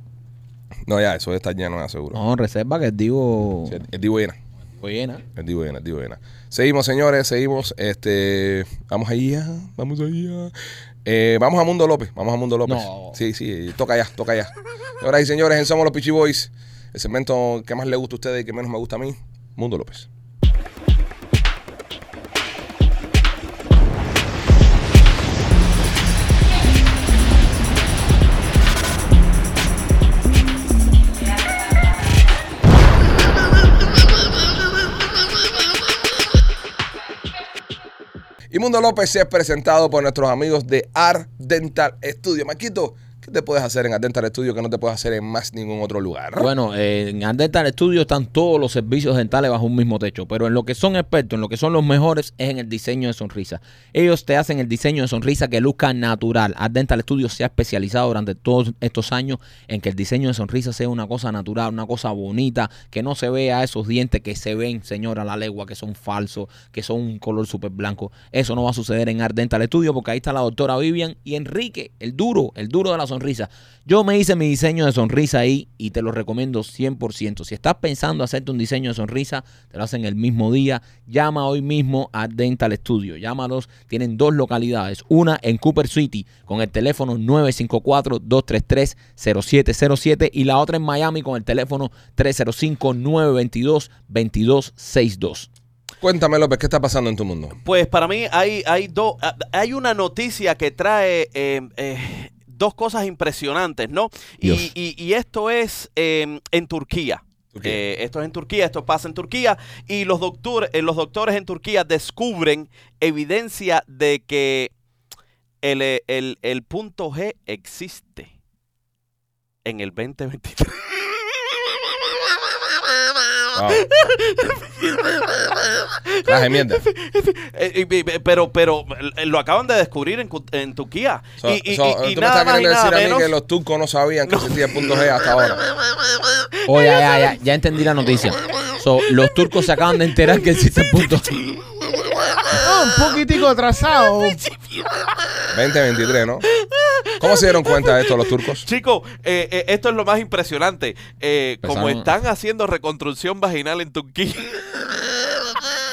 A: No, ya, eso está lleno, ya seguro.
B: No, reserva que el Divo...
A: Sí, el, el Divo llena.
B: Buena.
A: El Divo llena, el Divo llena. Seguimos, señores, seguimos. Este, vamos allá, vamos allá. Eh, vamos a Mundo López, vamos a Mundo López.
B: No.
A: Sí, sí, toca ya, toca ya. Señoras y señores, en Somos los Pichi Boys, el segmento que más le gusta a ustedes y que menos me gusta a mí, Mundo López. Y Mundo López es presentado por nuestros amigos de Art Dental Studio. Maquito, ¿qué te puedes hacer en Art Dental Studio que no te puedes hacer en más ningún otro lugar?
B: Bueno, eh, en Art Dental Studio están todos los servicios dentales bajo un mismo techo, pero en lo que son expertos, en lo que son los mejores, es en el diseño de sonrisa. Ellos te hacen el diseño de sonrisa que luzca natural. Art Dental Studio se ha especializado durante todos estos años en que el diseño de sonrisa sea una cosa natural, una cosa bonita, que no se vea esos dientes que se ven, señora, a la legua, que son falsos, que son un color súper blanco. Eso no va a suceder en Art Dental Studio porque ahí está la doctora Vivian y Enrique, el duro, el duro de la sonrisa. Yo me hice mi diseño de sonrisa ahí y te lo recomiendo 100%. Si estás pensando hacerte un diseño de sonrisa, te lo hacen el mismo día. Llama hoy mismo a Dental Studio. Llámalos. Tienen dos localidades. Una en Cooper City con el teléfono 954-233-0707 y la otra en Miami con el teléfono 305-922-2262.
A: Cuéntame, López, ¿qué está pasando en tu mundo?
D: Pues para mí hay, hay, do- ah, hay una noticia que trae eh, eh, dos cosas impresionantes, ¿no? Y,
B: Dios.
D: y- y esto es eh, en Turquía.
A: Turquía.
D: Eh, esto es en Turquía, esto pasa en Turquía y los, doctor- eh, los doctores en Turquía descubren evidencia de que el, eh, el- el punto G existe en el 2023.
A: Wow. Ah. Traje mierda.
D: Eh, eh, eh, pero pero eh, lo acaban de descubrir en, Cu- en Turquía.
A: So-
D: y, y-
A: so,
D: y- y
A: tú me
D: nada
A: estás
D: más y
A: queriendo
D: nada
A: decir a mí
D: menos.
A: que los turcos no sabían que existía el punto G hasta ahora.
B: Oh, ya, ya, ya, ya entendí la noticia. So, los turcos se acaban de enterar que existe el punto.
C: oh, Ah, un poquitico atrasado.
A: 2023, ¿no? ¿Cómo se dieron cuenta de esto los turcos?
D: Chico, eh, eh, esto es lo más impresionante. Eh, como
B: Empezaron-
D: están haciendo reconstrucción vaginal en Turquía.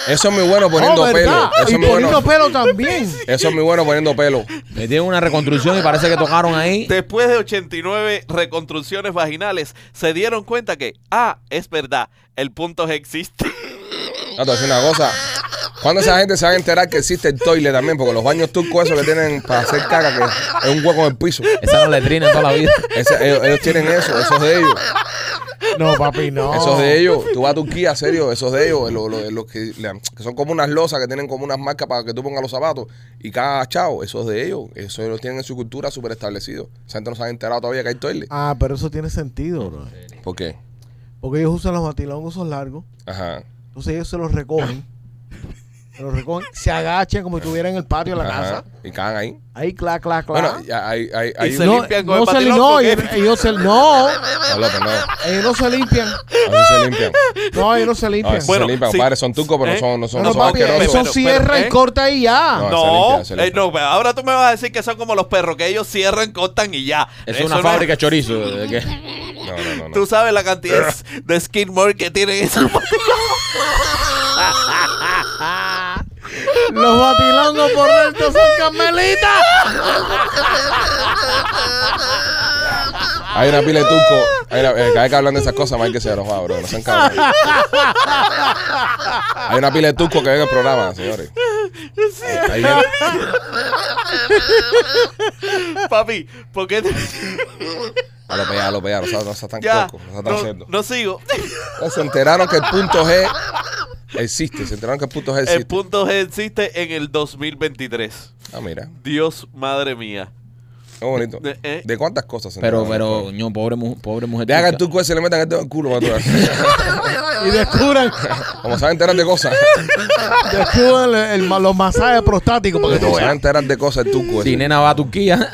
A: Eso es muy bueno poniendo
C: Oh,
A: pelo.
C: ¿verdad?
A: Eso
C: Y
A: es muy
C: poniendo
A: bueno.
C: pelo también.
A: Eso es muy bueno poniendo pelo.
B: Le tienen una reconstrucción y parece que tocaron ahí.
D: Después de 89 reconstrucciones vaginales, se dieron cuenta que, ah, es verdad, el punto G existe.
A: No, te voy a decir una cosa. Cuando esa gente se va a enterar que existe el toilet también, porque los baños turcos esos que tienen para hacer caca, que es un hueco en el piso.
B: Esa es la letrina toda la vida.
A: Ese- eh, ellos, ellos tienen eso, eso es de ellos.
C: No, papi, no.
A: Eso es de ellos. Tú vas a Turquía, serio, eso es de ellos. Los, los- los que, le- que son como unas losas que tienen como unas marcas para que tú pongas los zapatos. Y cada chavo, eso es de ellos. Eso lo tienen en su cultura súper establecido. Esa gente no se ha enterado todavía que hay toilet.
C: Ah, pero eso tiene sentido, bro.
A: ¿Por qué?
C: Porque ellos usan los matilongos, son largos.
A: Ajá.
C: Entonces ellos se los recogen. se los recogen, se agachan como si estuvieran en el patio de la
A: ajá.
C: casa.
A: Y cagan ahí.
C: Ahí, cla, cla, cla.
A: Bueno, ya hay, hay, hay
D: Y
A: un-
D: se limpian con el
C: no se
D: patilón,
C: no,
D: ¿o qué?
C: ellos, ellos se, no,
A: No, López, no.
C: ellos no se limpian.
A: Así se limpian.
C: No, ellos no se
A: No,
C: limpian.
A: así
D: Bueno,
A: se limpian,
D: sí.
A: compadre. Son turcos, pero
D: ¿Eh?
A: no son, no son, no
C: no, no,
A: son
C: papi,
A: asquerosos.
C: eso
D: pero-
C: cierra
D: pero,
C: y
D: ¿eh?
C: corta y ya.
A: No, se
D: No,
A: limpia, se limpia.
D: eh, no, pero ahora tú me vas a decir que son como los perros, que ellos cierran, cortan y ya.
B: Es
D: Eso
B: una
D: no
B: fábrica de chorizo. ¿de qué?
A: No, no, no. no.
D: Tú sabes la cantidad de skidmore que tienen esos
C: Los batilongos por dentro son carmelitas.
A: Hay una pila de turcos. Hay una- eh, cada vez que hablan de esas cosas, más que se los va, bro. No sean cabrones. Hay una pila de turcos que ven el programa, señores. Hay gente-
D: Papi, porque
A: A lo pegar, a lo pegar. No seas no seas tan
D: ya
A: coco, no seas tan
D: no,
A: cerdo.
D: no sigo.
A: No, Se enteraron que el punto G existe. Se enteraron que el punto G
D: El
A: existe.
D: punto G existe en el 2023.
A: Ah, mira.
D: Dios madre mía.
A: Qué bonito.
D: Eh, eh.
A: ¿De cuántas cosas se
B: Pero,
A: enteraron?
B: pero, ño, pobre, mu- pobre mujer.
A: Deja que el
B: turca.
A: turco ese le metan el dedo en el culo para tú.
C: Y descubran,
A: Como saben enterar de cosas.
C: descubran el- el- los masajes prostáticos. Porque tú
A: Como saben
C: veas.
A: enterar de cosas el turco ese.
B: Si nena va a Turquía.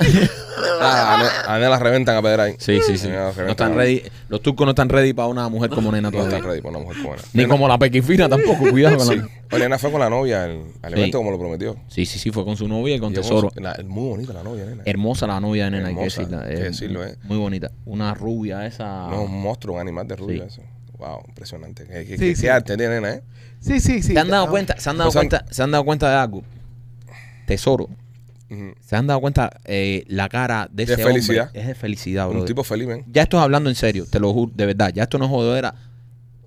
A: Ah, a Ne- a Nela la reventan a pedra ahí.
B: Sí, sí, sí.
A: A Nela la reventan
B: No están
A: a-
B: ready. Los turcos no están ready para una mujer como nena
A: No están
B: todavía.
A: ready para una mujer como Nena.
B: Ni como la pequifina tampoco, cuidado con la-
A: Oye, Nena fue con la novia al, al
B: Sí.
A: evento como lo prometió.
B: Sí, sí, sí, fue con su novia y con
A: Llegó-
B: Tesoro.
A: la- muy bonita la novia, Nena.
B: Hermosa la novia de nena, hay que
A: Hermosa,
B: decirla.
A: hay que decirlo, eh.
B: Muy bonita. Una rubia esa.
A: No, un monstruo, un animal de rubia
B: Sí.
A: eso. Wow, impresionante. Qué, qué-
C: Sí,
A: qué-
C: sí.
A: qué arte tiene, Nena, ¿eh?
C: Sí, sí, sí.
B: ¿Se han dado
C: Ah,
B: cuenta? ¿Se han dado
A: Pues han-
B: cuenta? ¿Se han dado cuenta de algo? Tesoro.
A: Ujú.
B: ¿Se han dado cuenta eh, la cara de
A: De
B: ese
A: felicidad.
B: hombre? Es de felicidad, bro.
A: Un tipo feliz, ¿ven?
B: Ya esto es hablando en serio, te lo juro, de verdad. Ya esto no es jodera.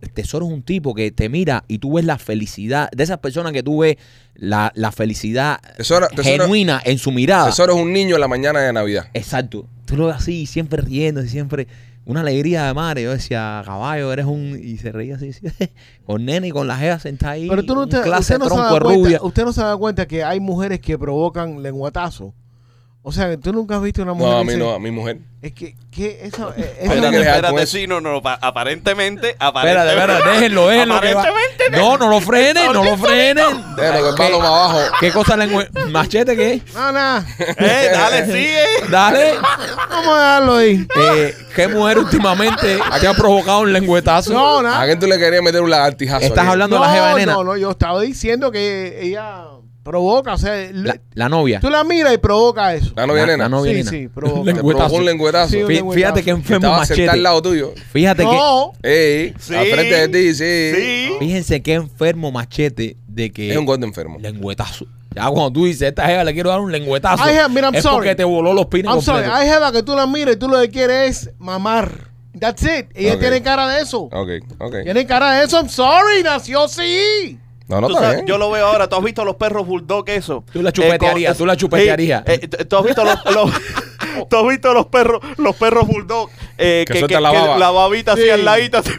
B: El tesoro es un tipo que te mira y tú ves la felicidad de esas personas que tú ves la, la felicidad
A: Tesoro, tesoro,
B: genuina en su mirada.
A: tesoro es un niño en la mañana de Navidad.
B: Exacto. Tú lo ves así, siempre riendo, siempre una alegría de madre. Yo decía, caballo, eres un. Y se reía así, así, con nene y con la jeva sentada ahí.
C: Pero tú no
B: un
C: te,
B: clase
C: usted, no
B: de
C: se
B: tronco
C: da
B: de rubia.
C: cuenta, usted no se da cuenta que hay mujeres que provocan lenguatazo. O sea, que tú nunca has visto una mujer.
A: No, a
C: que
A: mí
C: se-
A: no, a mi mujer.
C: Es que, que eso, eh, eso-
A: Espérate,
D: Espérate,
A: espérate,
D: espérate,
A: pues.
D: sí, no, no, pa- aparentemente,
B: Espérate,
D: aparentemente.
B: espérate, déjenlo, déjenlo. que va-
D: Aparentemente
B: No, no lo frenen, no lo frenen.
C: Ah,
A: Pero que el palo
B: ¿Qué-
A: para abajo.
B: ¿Qué cosa lengua? ¿Machete qué?
C: No, no,
D: Eh, dale, sigue.
B: Dale.
C: vamos a dejarlo ahí.
B: Eh, ¿Qué mujer últimamente te ha provocado un lengüetazo?
C: No,
A: ¿A
C: nada.
A: quién tú le querías meter un lagartijazo?
B: Estás
A: aquí?
B: hablando de la jeva
C: No,
B: de nena.
C: no, no, yo estaba diciendo que ella provoca, o sea,
B: La,
C: le-
B: la novia.
C: tú la miras y provoca eso.
A: La novia
B: La-
A: de nena.
B: la novia
C: Sí,
B: nena.
C: sí, provoca.
B: Un
A: Te provocó un lengüetazo.
C: Sí, un-
B: Fí- Fíjate que
A: Que
B: enfermo
A: estaba sentado al
B: machete.
A: lado tuyo.
B: Fíjate que.
C: No,
A: Ey,
D: Sí.
A: al frente de ti, sí.
D: Sí.
B: Fíjense qué enfermo machete de que.
A: Es un gordo enfermo.
B: Lengüetazo. Ya cuando tú dices, esta jeva le quiero dar un lengüetazo.
C: Ay, mira, I'm
B: es
C: sorry.
B: porque te voló los pines
C: I'm sorry,
B: completos.
C: hay jeva que tú la miras y tú lo que quieres es mamar. That's it. Ella
A: Ok.
C: tiene cara de eso.
A: Ok, ok.
C: Tiene cara de eso. I'm sorry, nació sí.
A: No, no
D: Tú
A: está
D: sabes,
A: bien.
D: yo lo veo ahora. ¿Tú has visto los perros bulldog eso?
B: Tú la chupetearías, tú la chupetearías.
D: eh, t- ¿Tú has visto los, los- tú has visto los perros, los perros bulldog eh,
A: Que
D: que,
A: sueltan la baba.
D: babita así
C: Sí.
D: al ladito? así?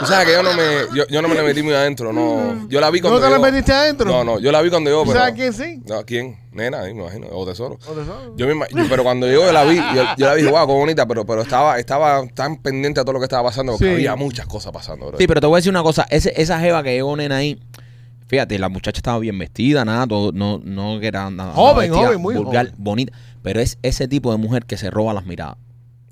A: Tú sabes que yo no me, yo, yo no me le metí muy adentro, no. Yo la vi
C: Mm. ¿No
A: cuando
C: te la
A: yo-
C: metiste adentro?
A: No, no, yo la vi cuando yo,
C: ¿Tú
A: pero.
C: sabes quién sí?
A: No, ¿quién? Nena, ahí me imagino, o tesoro.
C: ¿O te sabes?
A: Yo misma, yo- pero cuando yo la vi, yo, yo la vi, wow, qué bonita, pero, pero estaba, estaba tan pendiente a todo lo que estaba pasando, porque
C: Sí.
A: había muchas cosas pasando, bro.
B: Sí, pero te voy a decir una cosa. Ese- esa jeva que llegó nena ahí, fíjate, la muchacha estaba bien vestida, nada, todo- no, no que era nada.
C: Joven,
B: nada vestida
C: joven, muy
B: vulgar,
C: joven.
B: bonita. Pero es ese tipo de mujer que se roba las miradas.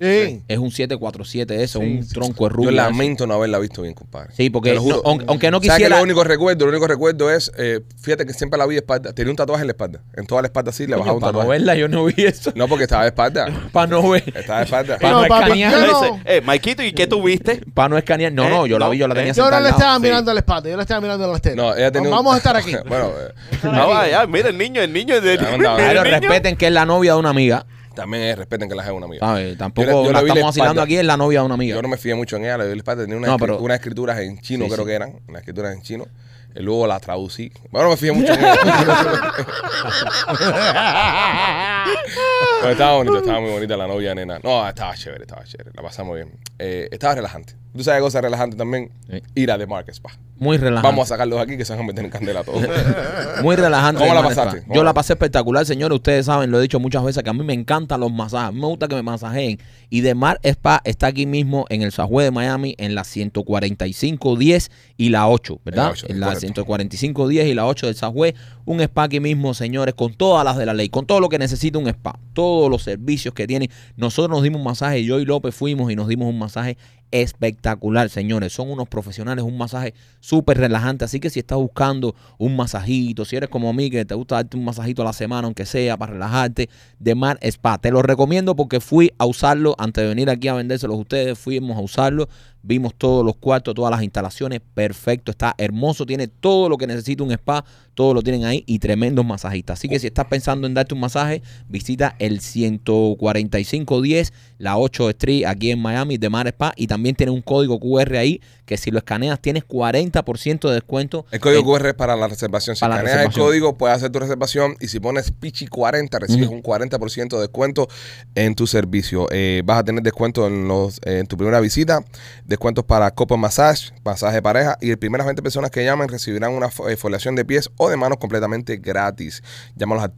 C: Sí.
B: Es un 747 eso,
C: Sí,
B: un
C: sí.
B: tronco de rubio.
A: Yo
B: eso.
A: lamento no haberla visto bien, compadre.
B: Sí, porque
A: Te lo
B: no,
A: juro.
B: aun- aunque no
A: ¿Sabes qué es
B: quisiera.
A: lo único recuerdo? Lo único recuerdo es, eh, fíjate que siempre la vi de espalda. Tenía un tatuaje en la espalda. En toda la espalda sí, le
B: Coño,
A: bajaba un
B: para no
A: tatuaje.
B: verla, yo no vi eso.
A: No, porque estaba de espalda.
B: Para no ver.
A: Estaba de espalda.
B: Pa-
A: Yo
B: no
C: No, papi,
B: escanear,
C: yo
D: Pero
C: no,
D: dice, eh, Maikito, ¿y qué tuviste?
B: Para no escanear. No,
D: Eh,
B: no, yo la
D: no,
B: vi, yo la tenía
D: eh,
C: yo
B: sentada
C: no le
B: al lado.
C: estaba
D: sí.
C: mirando a la espalda, yo le estaba mirando a las tetas.
A: No, ella tenía un-
C: Vamos a estar aquí.
A: bueno, eh,
D: No, Ah, vaya, mira el niño, el niño. El,
A: Ya, anda,
D: mira el
B: Claro,
D: niño.
B: respeten que es la novia de una amiga.
A: también es, respeten que la es una amiga.
B: ¿sabes? Tampoco
A: Yo le- yo le
B: la
A: vi la
B: estamos vacilando
A: espalda.
B: aquí, es la novia de una Ah, amiga.
A: Yo no me fié mucho en ella, le doy la espalda. Tenía unas,
B: No,
A: escri-
B: pero-
A: unas escrituras en chino,
B: Sí,
A: creo
B: sí.
A: que eran. Unas escrituras en chino. Y luego la traducí. Bueno, no me fié mucho en ella. pero estaba bonito, estaba muy bonita la novia, nena. No, estaba chévere, estaba chévere. La pasamos bien. Eh, estaba relajante. Tú sabes cosa relajante también.
B: Sí.
A: Ir a The Market Spa.
B: Muy relajante.
A: Vamos a sacarlos aquí que se van a meter en candela todos.
B: Muy relajante.
A: ¿Cómo la
B: hermano,
A: pasaste?
B: está.
A: ¿Cómo
B: Yo
A: la
B: la pasé espectacular, señores. Ustedes saben, lo he dicho muchas veces, que a mí me encantan los masajes. A mí me gusta que me masajeen. Y de Mar Spa está aquí mismo en el Sajue de Miami, en la 145, 10 y la 8, ¿verdad?
A: La 8,
B: en la
A: correcto.
B: 145, 10 y la 8 del Sajue. Un spa aquí mismo, señores, con todas las de la ley, con todo lo que necesita un spa, todos los servicios que tiene. Nosotros nos dimos un masaje, yo y López fuimos y nos dimos un masaje espectacular, señores. Son unos profesionales, un masaje súper relajante. Así que si estás buscando un masajito, si eres como a mí que te gusta darte un masajito a la semana, aunque sea para relajarte, de Mar Spa. Te lo recomiendo porque fui a usarlo antes de venir aquí a vendérselos a ustedes. Fuimos a usarlo, vimos todos los cuartos, todas las instalaciones. Perfecto, está hermoso, tiene todo lo que necesita un spa, todo lo tienen ahí y tremendos masajistas. Así que si estás pensando en darte un masaje, visita el 14510, la 8 Street, aquí en Miami, de Mar Spa. Y también tiene un código QR ahí que si lo escaneas tienes 40% de descuento.
A: El código
B: en-
A: QR es para la reservación. Si
B: Eh, Para la
A: escaneas el
B: reservación.
A: código, puedes hacer tu reservación. Y si pones Pichi40, recibes
B: Ujú.
A: un 40% de descuento en tu servicio. Eh, vas a tener descuento en los eh, en tu primera visita, descuentos para Copa Massage, masaje de pareja. Y las primeras 20 personas que llamen recibirán una fo- eh, foliación de pies o de manos completamente gratis. Llámalos al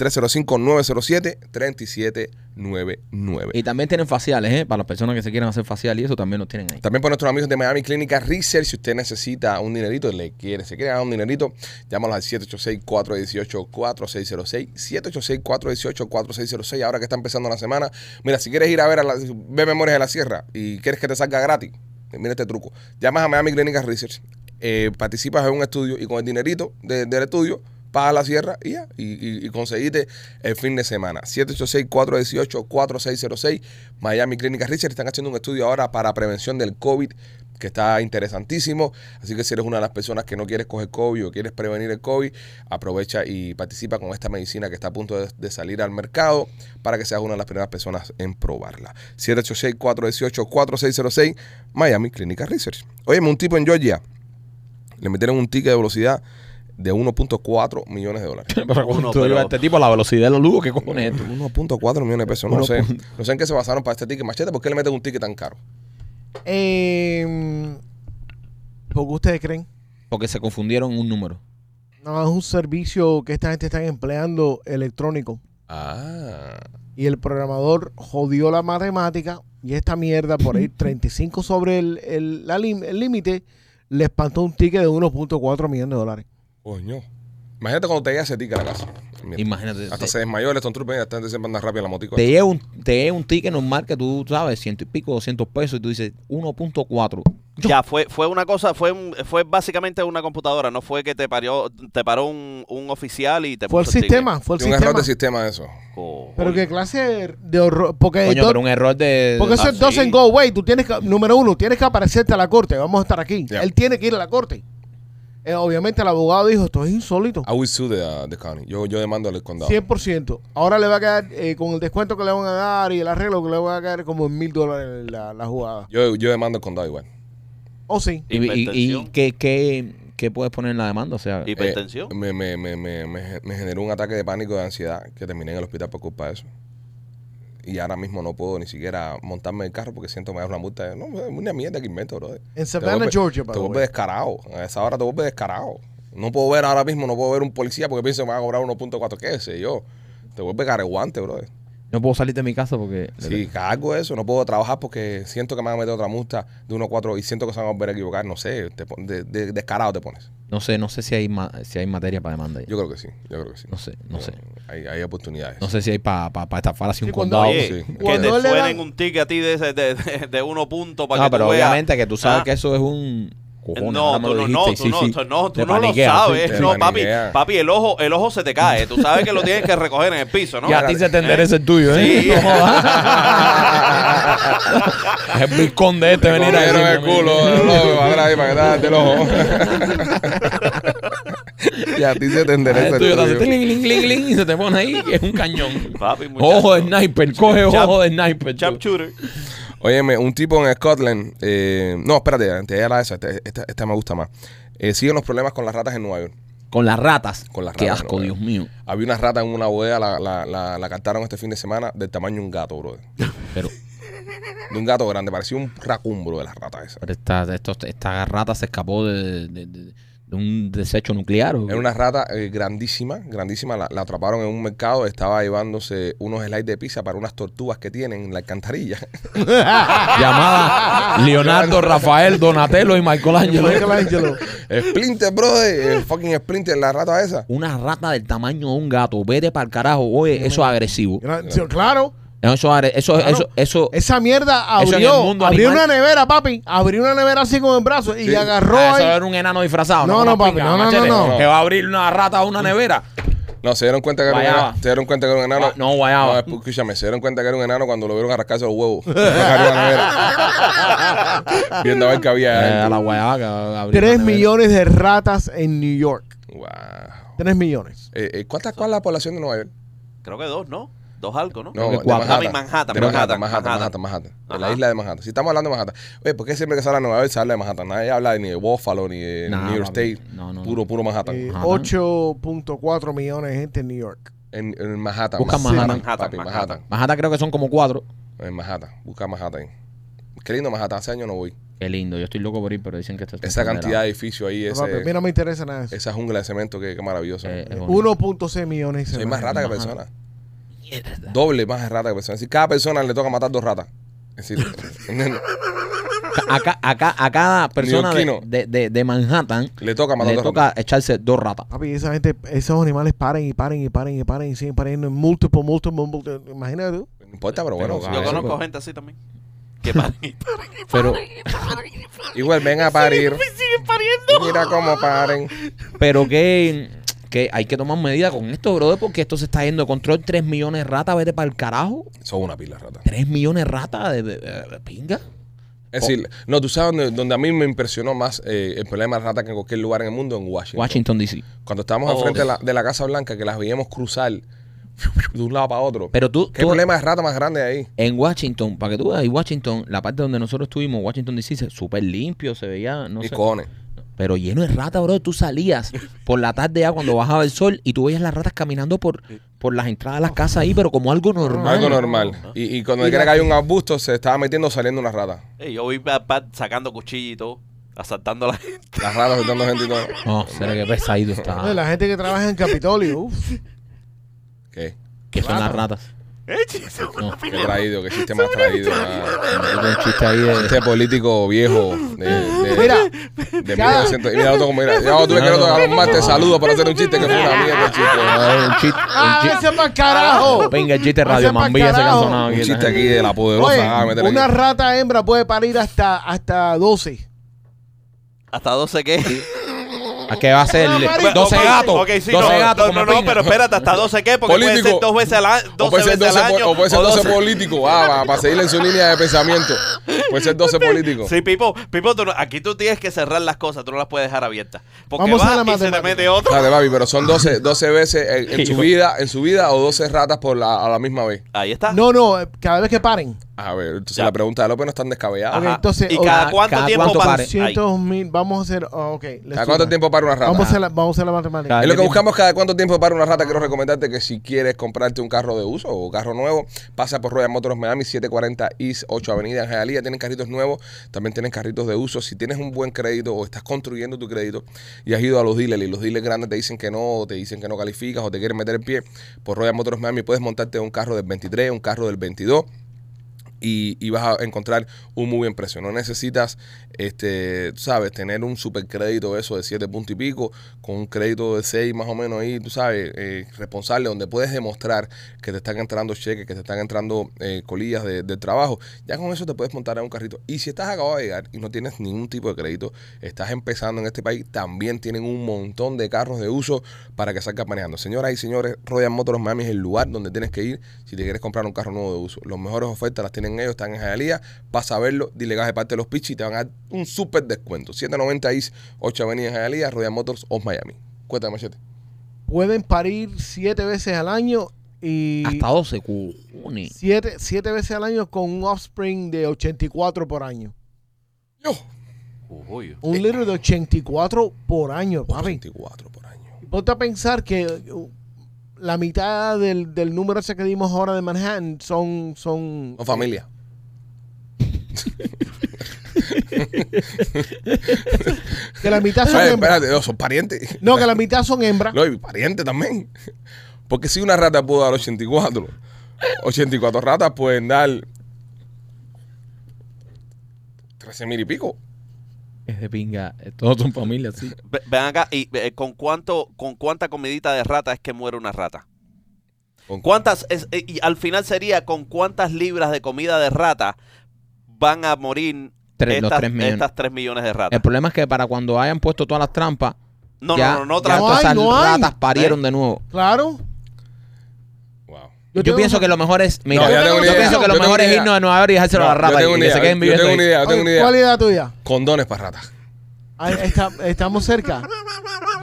A: 305-907-3799.
B: Y también tienen faciales, ¿eh? Para las personas que se quieran hacer facial y eso también los tienen ahí.
A: También por nuestros amigos de Miami Clínica Research, si usted necesita un dinerito, le quiere, se quiere ganar un dinerito, llámalos al 786-418-4606. 786-418-4606, ahora que está empezando la semana. Mira, si quieres ir a ver a la, ver Memorias de la Sierra y quieres que te salga gratis, mira este truco. Llamas a Miami Clínica Research, eh, participas en un estudio y con el dinerito de- del estudio pagas la sierra y ya, y, y- y conseguiste el fin de semana. 786-418-4606, Miami Clínica Research, están haciendo un estudio ahora para prevención del COVID que está interesantísimo, así que si eres una de las personas que no quieres coger COVID o quieres prevenir el COVID, aprovecha y participa con esta medicina que está a punto de, de salir al mercado para que seas una de las primeras personas en probarla. 786-418-4606, Miami Clínica Research. Oye, un tipo en Georgia le metieron un ticket de velocidad de 1.4 millones de dólares.
B: Pero
D: Uno,
B: tú
D: pero-
B: ibas a este tipo, la velocidad de los lujos, ¿qué cojones es esto?
A: 1.4 millones de pesos. No
B: Uno
A: sé,
B: punto.
A: no sé en qué se basaron para este ticket. Machete, ¿por qué le meten un ticket tan caro?
C: Eh, porque ustedes creen,
B: Porque se confundieron un número.
C: no es un servicio que esta gente está empleando electrónico.
A: Ah.
C: Y el programador jodió la matemática y esta mierda por ahí 35 sobre el- el la lim- el límite le espantó un ticket de 1.4 millones de dólares.
A: Coño. Imagínate cuando te llega ese ticket a la casa. Mira,
B: Imagínate.
A: hasta
B: Te,
A: se desmayó el Stone Trooper y hasta antes siempre anda rápido la motico.
B: te llega un, te llega un ticket normal que tú sabes, ciento y pico, 200 pesos, y tú dices 1.4.
D: Ya, fue, fue una cosa, fue un- fue básicamente una computadora, no fue que te paró, te paró un, un oficial y te
C: Fue el
D: puso ticket.
C: sistema, fue el
A: Y un error
C: sistema.
A: de sistema eso.
D: Cojones.
C: Pero qué clase de horror. Porque,
B: Coño,
C: do-
B: pero un error de.
C: porque eso
D: Ah,
C: es dos
D: sí.
C: en go away. Tú tienes que, número uno, tienes que aparecerte a la corte. Vamos a estar aquí.
A: Ya.
C: Él tiene que ir a la corte. Eh, obviamente el abogado dijo, esto es insólito.
A: I will sue the, uh, the county. Yo, yo demando al condado.
C: 100%. Ahora le va a quedar, eh, con el descuento que le van a dar y el arreglo que le van a quedar como en mil dólares la, la jugada.
A: Yo, yo demando al condado igual.
C: O sí.
B: Y, y, y
D: Hipertensión.
B: ¿qué, qué, qué puedes poner en la demanda? O sea,
A: Eh,
D: Hipertensión.
A: me, me, me, me, me- me generó un ataque de pánico de ansiedad que terminé en el hospital por culpa de eso. Y ahora mismo no puedo ni siquiera montarme en el carro porque siento que me da una multa. No, es una mierda que invento, brother.
C: En
A: Te
C: Savannah,
A: vuelve-
C: Georgia,
A: Te
C: by the
A: vuelve
C: way.
A: descarado. A esa hora te vuelve descarado. No puedo ver ahora mismo, no puedo ver un policía porque pienso que me van a cobrar 1.4. ¿Qué sé yo? Te vuelve careguante, brother.
B: No puedo salir de mi casa porque.
A: Sí, cargo eso, no puedo trabajar porque siento que me van a meter otra multa de 1.4 y siento que se van a volver a equivocar, no sé, te pon- de- de- descarado te pones.
B: No sé, no sé si hay ma- si hay materia para demanda. ahí.
A: Yo creo que sí, yo creo que sí.
B: No sé, no sé.
A: Hay, hay oportunidades.
B: No sé si hay para pa, pa estafar así un
C: Sí, cuando-
B: condado.
D: Oye,
A: sí.
D: que te
C: Cuando le
D: suenen
C: dan-
D: un ticket a ti de, ese- de, de, de uno punto para
B: Ah,
D: que tú
B: pero
D: veas.
B: obviamente que tú sabes
D: Ah.
B: que eso es un. Cojones,
D: No,
B: ahora me
D: tú
B: lo
D: no, no,
B: dijiste,
D: tú
B: sí,
D: no,
B: sí.
D: tú no, tú
B: Te
D: no lo
B: paniqueas,
D: sabes.
B: sí,
A: te
D: No, papi,
A: paniqueas.
D: papi, el ojo, el ojo se te cae. Tú sabes que lo tienes que recoger en el piso, ¿no?
B: Y a ti se te endereza el tuyo, ¿eh?
D: Sí.
B: No jodas. es bizcón de este
A: Te
B: venir aquí.
A: comieron el
B: mi amigo.
A: culo, loco, ahora ahí para que te hagas del ojo. y a ti se te
B: Ah,
A: endereza
B: el
A: el
B: tuyo te hace
A: tuyo.
B: tling, ling, ling, ling, y se te pone ahí que es un cañón.
D: Papi, muchacho.
B: Ojo de sniper, coge
D: Chap-
B: ojo de sniper.
D: Chap
B: tú.
D: shooter.
A: Óyeme, un tipo en Scotland. eh, no, espérate, antes de llegar a esa, esta, esta- esta este me gusta más. Eh, siguen los problemas con las ratas en Nueva York.
E: Con las ratas.
A: Con las
E: Qué
A: ratas,
E: asco,
A: no,
E: Dios mío.
A: Había una rata en una bodega, la, la, la, la captaron este fin de semana del tamaño de un gato, bro.
B: Pero,
A: De un gato grande, parecía un racumbro de las ratas esa.
B: pero esta, esto- esta rata se escapó de, de- de- de un desecho nuclear. ¿o qué?
A: Era una rata eh, grandísima, grandísima. La, la atraparon en un mercado. Estaba llevándose unos slides de pizza para unas tortugas que tienen en la alcantarilla.
B: Llamada Leonardo, Rafael, Donatello y Michelangelo.
C: Michelangelo.
A: Splinter, brother. eh, fucking Splinter, la rata esa.
B: Una rata del tamaño de un gato. Vete para el carajo. Oye, eso es agresivo.
C: Gran- sí, Claro.
B: Eso, es agre- eso,
C: Claro.
B: eso, eso,
C: Esa mierda
B: Eso
C: abrió.
B: en el mundo
C: abrió
B: animal.
C: una nevera, papi. Abrió una nevera así con el brazo y
A: Sí.
C: agarró
B: Ah, eso
C: ahí.
B: era un enano disfrazado.
C: No, no,
B: Una
C: papi,
B: pinga,
C: no, no,
B: machete,
C: no, Mm. Eh,
A: no.
B: Que va a abrir una rata a una nevera.
A: No, se dieron cuenta que era un
B: Guayaba.
A: enano. Se dieron cuenta que era un enano.
B: Gua- no, guayaba.
A: No, escúchame, se dieron cuenta que era un enano cuando lo vieron arrancarse los huevos. Arrancaron la nevera. Viendo a ver qué había.
B: Eh, a la
A: adentro.
B: guayaba que va a abrir una
C: Tres
B: nevera.
C: millones de ratas en New York.
A: Wow.
C: Tres millones.
A: Eh, eh, ¿cuánta, ¿Cuál es la población de Nueva York?
D: Creo que dos, ¿no? Dos algo, ¿no?
A: No,
B: que
A: de
B: cuatro.
A: Manhattan.
D: Ah, en Manhattan,
A: De Manhattan,
D: Manhattan,
A: Manhattan, Manhattan,
D: Manhattan.
A: Manhattan. De la
D: Ajá.
A: isla de Manhattan. Si estamos hablando de Manhattan. Oye, ¿por qué siempre que se habla de Nueva York se habla de Manhattan? Nadie habla ni de Buffalo, ni de
B: Nah,
A: New York
B: papi.
A: State.
B: No, no,
A: Puro, puro Manhattan.
C: Eh,
B: Ajá.
C: 8.4 millones de gente en New York.
A: En, en Manhattan.
B: Busca
A: Manhattan,
B: Manhattan.
A: papi, Manhattan.
D: Manhattan.
B: Manhattan creo que son como cuatro.
A: En Manhattan. Busca Manhattan. Qué lindo Manhattan. Hace años no voy.
B: Qué lindo, yo estoy loco por ir, pero dicen que esto es
A: Esa cantidad de edificios ahí,
C: Pero, papi, a mí
A: ese,
C: no me interesa nada de eso.
A: esa jungla de cemento, que, que maravilloso.
B: Eh, es bonito.
C: 1.6 millones.
A: Soy
C: en
A: más
C: Manhattan.
A: rata que persona. Doble más rata que persona. Es decir, cada persona le toca matar dos ratas. Es decir,
B: Acá, acá, a cada persona de,
A: Neoquino.
B: de, de- de Manhattan
A: le toca matar
B: le
A: dos
B: toca
A: ratas.
B: echarse dos ratas.
C: Papi, esa gente, esos animales paren y paren y paren y paren y siguen pariendo en múltiples, múltiples, múltiples. Imagínate tú.
A: No importa, pero bueno.
B: Pero,
A: sí,
D: Yo
B: Ah,
A: eso-
D: conozco
B: pues.
D: gente así también. Que panita.
B: Pero,
A: Igual ven a parir. Mira cómo paren.
B: pero que, que hay que tomar medidas con esto, brother, porque esto se está yendo de control. Tres millones de ratas, vete para el carajo.
A: Son una pila de ratas.
B: Tres millones de ratas de, de- de pinga.
A: Es decir, no, tú sabes dónde, dónde a mí me impresionó más eh, el problema de ratas que en cualquier lugar en el mundo, en Washington.
B: Washington, D.C.
A: Cuando estábamos
D: Oh.
A: enfrente de la, de la Casa Blanca, que las veíamos cruzar de un lado para otro.
B: Pero tú,
A: ¿Qué
B: tú-
A: problema de rata más grande hay ahí?
B: en Washington, para que tú veas, y Washington, la parte donde nosotros estuvimos, Washington, D.C., se- súper limpio, se veía, no
A: Mis
B: sé.
A: cojones.
B: Pero lleno de ratas, bro. Tú salías por la tarde ya cuando bajaba el sol y tú veías las ratas caminando por, por las entradas de las casas ahí, pero como algo normal.
A: Algo normal. Y, y cuando quiera que haya un arbusto, se estaba metiendo saliendo una rata.
D: Ey, yo vi pa- pa- sacando cuchillo y todo. Asaltando a la gente.
A: Las ratas soltando gente y todo.
B: No, será que pesadito
C: Oye,
B: está.
C: La gente que trabaja en Capitolio, uff.
A: ¿Qué?
B: Que son las ratas. No,
A: Qué traído, qué chiste más traído. ah.
B: tengo un chiste ahí de.
A: Este político viejo de, de,
C: Mira,
A: de
C: cada-
A: 1900. Mira, otro como mira. Yo tuve que ir a un te saludo para hacer un chiste que fue una mierda el chiste.
B: Ah, Un chiste.
C: ¡Ah,
B: Un
C: ese pa'l carajo!
B: chiste. Venga, el chiste de
C: Hace
B: Radio
C: pa'l
B: Mambilla ese que han
C: carajo.
B: sonado
A: Un
B: aquí.
A: chiste aquí de la poderosa.
C: Oye,
A: ah, meter aquí.
C: una rata hembra puede parir hasta, hasta 12.
D: Hasta 12 qué.
B: ¿A qué va a ser?
C: Pero,
B: 12
D: Ok,
B: gatos.
D: ok, sí,
B: 12
D: no,
B: gatos.
D: No,
B: como
D: no, no,
B: pinga.
D: pero espérate, hasta 12 qué. Porque
A: Político.
D: puede ser dos veces al año.
A: O
D: 12
A: puede ser
D: veces
A: 12,
D: al
A: po-
D: año.
A: o puede ser
D: o
A: 12 político, ah, para, seguir en su línea de pensamiento. Puede ser 12 político.
D: Sí, Pipo, Pipo, tú no- aquí tú tienes que cerrar las cosas, tú no las puedes dejar abiertas. Porque
C: Vamos a la
D: va y se te
C: matemática.
D: mete otro.
A: Dale, papi, pero son 12, 12 veces en, en su vida, en su vida o 12 ratas por la, a la misma vez.
D: Ahí está.
C: No, no, eh, cada vez que paren.
A: A ver, entonces
D: Ya.
A: la pregunta de López no es tan descabellada.
C: Ok,
D: Ajá.
C: entonces,
D: ¿Y
C: ok,
D: cada
B: cada
D: cuánto
B: cuánto
D: tiempo
B: pare?
D: pare? Ahí.
C: 200 mil, vamos a hacer, ah, ok.
A: ¿Cada
C: let's do
A: cuánto
C: that.
A: tiempo para una rata?
C: Vamos a, hacer la, vamos a hacer la matemática.
B: Cada
A: Es lo que
B: tiempo.
A: buscamos cada cuánto tiempo para una rata. Quiero recomendarte que si quieres comprarte un carro de uso o carro nuevo, pasa por Royal Motors Miami, 740 East 8 Avenida en Hialeah. Tienen carritos nuevos, también tienen carritos de uso. Si tienes un buen crédito o estás construyendo tu crédito y has ido a los dealers y los dealers grandes te dicen que no, o te dicen que no calificas o te quieren meter el pie, por Royal Motors Miami puedes montarte un carro del 23, un carro del 22 y, y vas a encontrar un muy buen precio. No necesitas, este, tú sabes, tener un super crédito eso de 7 puntos y pico, con un crédito de 6 más o menos ahí, tú sabes, eh, responsable, donde puedes demostrar que te están entrando cheques, que te están entrando eh, colillas de, de trabajo. Ya con eso te puedes montar a un carrito. Y si estás acabado de llegar y no tienes ningún tipo de crédito, estás empezando en este país, también tienen un montón de carros de uso para que salgas manejando. Señoras y señores, Royal Motors Miami es el lugar donde tienes que ir si te quieres comprar un carro nuevo de uso. Las mejores ofertas las tienen ellos, están en Jalía. Pasa a verlo, dile que vas de parte de los Pichis y te van a dar un súper descuento. 790 is 8 Avenida en Jalía, Royal Motors of Miami. Cuéntame, machete.
C: Pueden parir siete veces al año y...
F: Hasta 12, cojones.
C: Siete, siete veces al año con un offspring de 84 por año.
A: Yo.
D: Uy,
C: Un litro de 84 por año, papi.
A: 24 por año.
C: Ponte a pensar que uh, la mitad del, del número ese que dimos ahora de Manhattan son... son
A: No, familia.
C: que la mitad son
A: Oye,
C: hembras.
A: espérate, no, son parientes.
C: No, que la mitad son hembras.
A: No, y pariente también. Porque si una rata pudo dar 84, 84 ratas pueden dar 13 mil y pico.
B: Es de pinga. Es todo tu familia, sí.
D: Ve- Ven acá, y eh, con cuánto, con cuánta comidita de rata es que muere una rata.
A: ¿Con
D: ¿Cuántas? es- eh, y al final sería con cuántas libras de comida de rata van a morir
B: Tres- los
D: estas,
B: tres millones.
D: estas tres millones de
B: El
D: ratas.
B: problema es que para cuando hayan puesto todas las trampas,
D: No,
B: ya,
D: no, no, no,
B: ya
D: otra-
C: no
B: todas
C: hay,
B: esas
C: no hay.
B: ratas parieron
A: ¿Eh?
B: de nuevo.
C: Claro.
A: Wow.
B: Yo,
C: tengo
B: pienso
C: una-
B: que lo mejor es. Mira,
A: No, yo
B: yo,
A: tengo una idea.
B: pienso que
A: Yo
B: lo
A: tengo
B: mejor
A: una
B: es
A: idea.
B: irnos a Nueva York y dejárselo a
A: No,
B: las ratas
A: yo tengo
B: y
A: una
B: que se
A: idea,
B: queden
A: yo
B: viviendo
A: tengo una
B: ahí.
A: idea, yo tengo una
C: Oye, ¿Cuál
A: idea.
C: es la tuya?
A: Condones para ratas.
C: Ahí está- estamos cerca.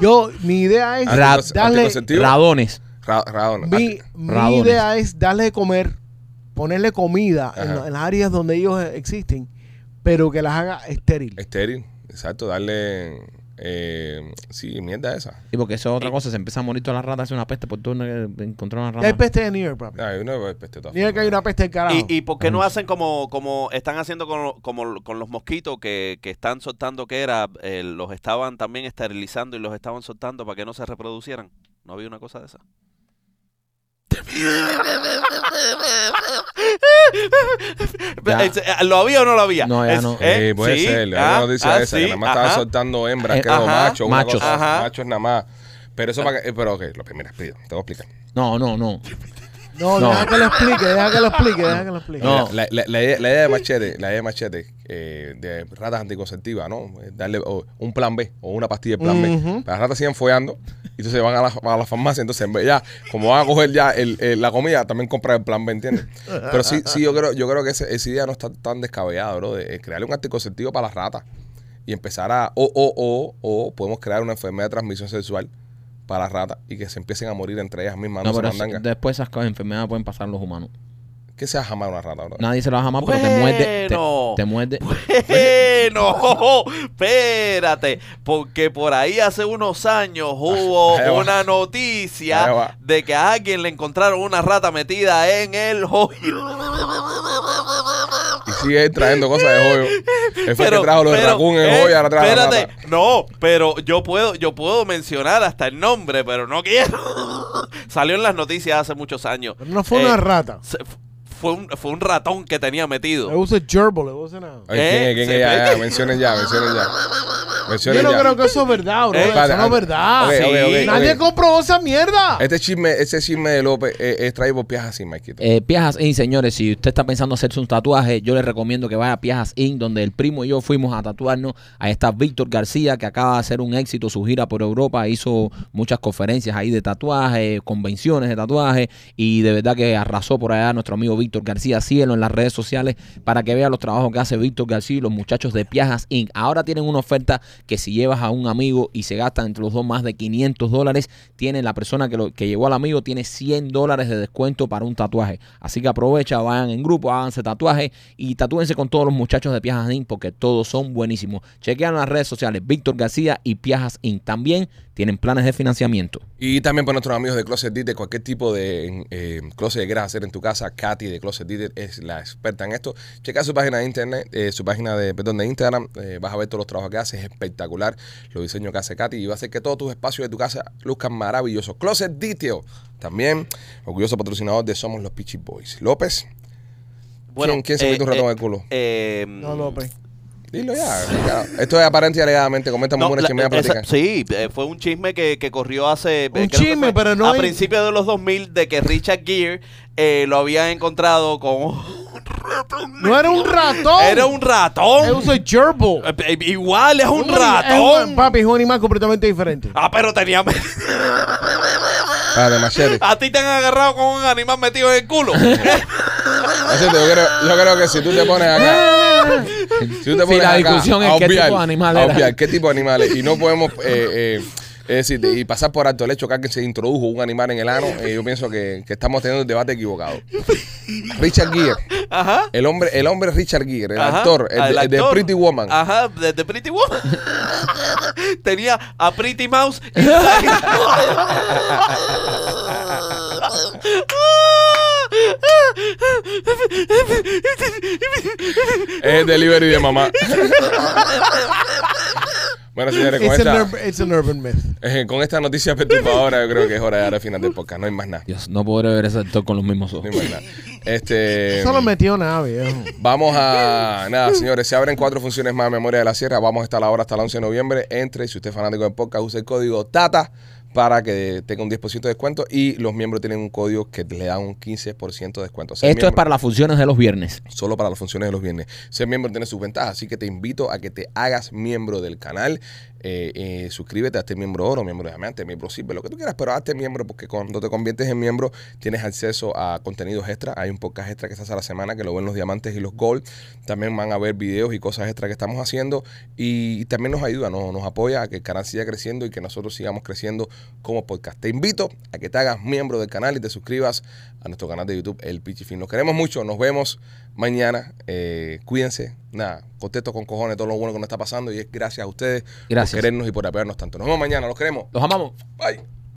C: Yo, mi idea es
B: Ra-
A: Anticonce-
C: darle-
A: anticonceptivo.
B: Radones.
A: Ra- radones.
C: mi,
A: Ah,
C: mi
B: Radones.
C: idea es darle de comer, ponerle comida en,
A: Ajá.
C: la- en las áreas donde ellos eh, existen, pero que las haga estéril.
A: Estéril, exacto, darle. eh, sí, mierda esa.
B: Y porque eso es otra cosa. Se empieza a morir todas las ratas. Es una peste por todo. Encontrar una
C: Ya hay
B: rata.
C: peste de New York, papi.
A: Ay, uno pues, peste toda
C: New York
A: forma.
C: hay una peste del carajo.
D: ¿Y, ¿Y por qué no hacen como, como están haciendo con, como con los mosquitos que, que están soltando que era, eh, los estaban también esterilizando y los estaban soltando para que no se reproducieran? ¿No había una cosa de esa?
B: Ya.
D: Es- eh, ¿Lo había o no lo había?
B: No, ya
D: Es-
B: no.
A: Eh, puede
D: sí,
A: ser, la
D: ah,
A: noticia
D: ah,
A: esa, que
D: sí,
A: nada más estaban
D: ajá.
A: soltando hembras,
B: Eh,
A: creo,
D: ajá,
A: machos, una
B: machos.
A: cosa,
D: Ajá.
A: machos nada más. Pero eso para que, eh, pero ok, lo primero, mira, te voy a explicar.
B: No, no, no.
C: no,
B: No.
C: deja que lo explique, deja que lo explique, deja que lo explique.
B: No.
A: La, la- la idea, la idea de machete, la idea de machete, eh, de ratas anticonceptivas, ¿no? Eh, Darle o, un plan B o una pastilla de plan
C: Ujú.
A: B. Las ratas siguen follando y entonces van a la, a la farmacia. Entonces, en vez- ya, como van a coger ya el- el- la comida, también compran el plan B, ¿entiendes? Pero sí, sí yo creo, yo creo que ese- esa idea no está tan descabellada, bro. De, eh, crearle un anticonceptivo para las ratas y empezar a. O, o, o, o podemos crear una enfermedad de transmisión sexual para las ratas y que se empiecen a morir entre ellas mismas. No,
B: No,
A: se
B: pero
A: mandangan.
B: después esas cosas, enfermedades pueden pasar a los humanos.
A: ¿Qué se va a jamar una rata, bro?
B: Nadie se lo va a jamás, pero te muerde. te-
D: Bueno.
B: Te, muerde.
D: Bueno, espérate, porque por ahí hace unos años hubo
A: Ahí va.
D: una
A: Ahí
D: noticia
A: va.
D: de que a alguien le encontraron una rata metida en el hoyo.
A: Y sigue él trayendo cosas de joyo. Él fue el que
D: Pero-
A: trajo los de
D: pero,
A: Raccoon en
D: eh,
A: joyo, ahora trajo la
D: Espérate,
A: rata.
D: no, pero yo puedo, yo puedo mencionar hasta el nombre, pero no quiero. Salió en las noticias hace muchos años.
C: Pero no fue
D: Eh,
C: una rata.
D: se- fu- fue, un, fue un ratón que tenía metido.
C: Le usa gerbil, le usa nada.
A: Ay, ¿Quién
D: Eh,
A: es? ¿Quién
D: se
A: es? Ya,
D: ve.
A: ya, mencionen ya, mencionen ya.
C: Yo
A: Mencionen
C: no
A: ya.
C: creo que eso es verdad, bro.
D: Eh,
C: eso no
A: espérate,
C: es verdad.
A: ok, ok,
D: ok,
C: Nadie
A: ok.
C: comprobó esa mierda.
A: Este chisme, ese chisme de López eh, es traído por Piajas así, Maquito.
B: Eh, Piajas Inc., señores, si usted está pensando hacerse un tatuaje, yo le recomiendo que vaya a Piajas Inc., donde el primo y yo fuimos a tatuarnos. Ahí está Víctor García, que acaba de hacer un éxito su gira por Europa. Hizo muchas conferencias ahí de tatuaje, convenciones de tatuaje, y de verdad que arrasó por allá nuestro amigo Víctor García. Síguelo en las redes sociales para que vea los trabajos que hace Víctor García y los muchachos de Piajas Inc. Ahora tienen una oferta que si llevas a un amigo y se gastan entre los dos más de 500 dólares, tiene la persona que, lo, que llevó al amigo tiene 100 dólares de descuento para un tatuaje. Así que aprovecha, vayan en grupo, háganse tatuaje y tatúense con todos los muchachos de Piajas Inc. porque todos son buenísimos. Chequean las redes sociales Víctor García y Piajas Inc. También tienen planes de financiamiento.
A: Y también para nuestros amigos de Closet Dieter, cualquier tipo de eh, closet que quieras hacer en tu casa, Katy de Closet Dieter es la experta en esto. Checa su página de internet, eh, su página de, perdón, de Instagram, eh, vas a ver todos los trabajos que hace, es espectacular los diseños que hace Katy y va a hacer que todos tus espacios de tu casa luzcan maravillosos. Closet Dieter, también orgulloso patrocinador de Somos los Peachy Boys. López, ¿quién, quién se mete un ratón al culo?
D: eh,
C: No, López.
A: Dilo ya. ya. Esto es aparente y alegadamente, comenta
D: no,
A: mujeres
D: la-
A: que me
D: esa-
A: platican.
D: sí, eh, fue un chisme que, que corrió hace... eh,
C: Un
D: creo que
C: chisme,
D: fue
C: pero no
D: A
C: hay-
D: principios de los 2000, de que Richard Gere eh, lo había encontrado con...
C: No era un ratón.
D: Era un ratón.
C: Era un soy gerbil.
D: Eh, eh, Igual es un
C: Es
D: ratón.
C: un- papi, es un animal completamente diferente.
D: Ah, pero tenía...
A: Ah, de machete.
D: A ti te han agarrado con un animal metido en el culo.
A: Machete, yo, creo, yo creo que si tú te pones acá. Si tú te pones
B: la
A: acá
B: discusión es
A: a
B: qué tipo de
A: obviar-
B: animal
A: a
B: era.
A: obviar qué tipo de animales. Y no podemos. eh, eh, es decir, y pasar por alto el hecho que alguien se introdujo un animal en el ano, eh, yo pienso que, que estamos teniendo el debate equivocado. Richard Gere,
D: Ajá.
A: el hombre, el hombre Richard Gere, el
D: Ajá,
A: actor, el,
D: al
A: de- el de
D: actor. Ah.
A: Pretty Woman.
D: Ajá, de, de Pretty Woman. Tenía a Pretty Mouse. y-
A: Es el delivery de mamá. bueno, señores, con
C: It's an,
A: esta,
C: urban, it's an urban myth.
A: eh, con esta noticia perturbadora, yo creo que es hora de dar al final del podcast. No hay más nada.
B: Dios, no podré ver ese actor con los mismos
A: No
B: ojos.
A: hay más nada. Este.
C: Eso lo metió nada, viejo.
A: Vamos a. Nada, señores, se abren cuatro funciones más de Memoria de la Sierra. Vamos a estar ahora hasta el 11 de noviembre. Entre, si usted es fanático del podcast, use el código TATA para que tenga un 10% de descuento. Y los miembros tienen un código que le da un 15% de descuento. Ser
B: Esto es
A: miembro-
B: para las funciones de los viernes.
A: Solo para las funciones de los viernes. Ser miembro tiene sus ventajas, así que te invito a que te hagas miembro del canal. Eh, eh, suscríbete a este miembro oro, miembro diamante, miembro simple, lo que tú quieras, pero hazte miembro porque cuando te conviertes en miembro tienes acceso a contenidos extra. Hay un podcast extra que se hace a la semana que lo ven los diamantes y los gold. También van a ver videos y cosas extra que estamos haciendo y también nos ayuda, nos, nos apoya a que el canal siga creciendo y que nosotros sigamos creciendo como podcast. Te invito a que te hagas miembro del canal y te suscribas a nuestro canal de YouTube, El Pichifin. Los queremos mucho, nos vemos mañana. Eh, cuídense. Nada, contesto con cojones todo lo bueno que nos está pasando y es gracias a ustedes
B: Gracias.
A: por querernos y por apoyarnos tanto. Nos vemos mañana, los queremos.
B: Los amamos.
A: Bye.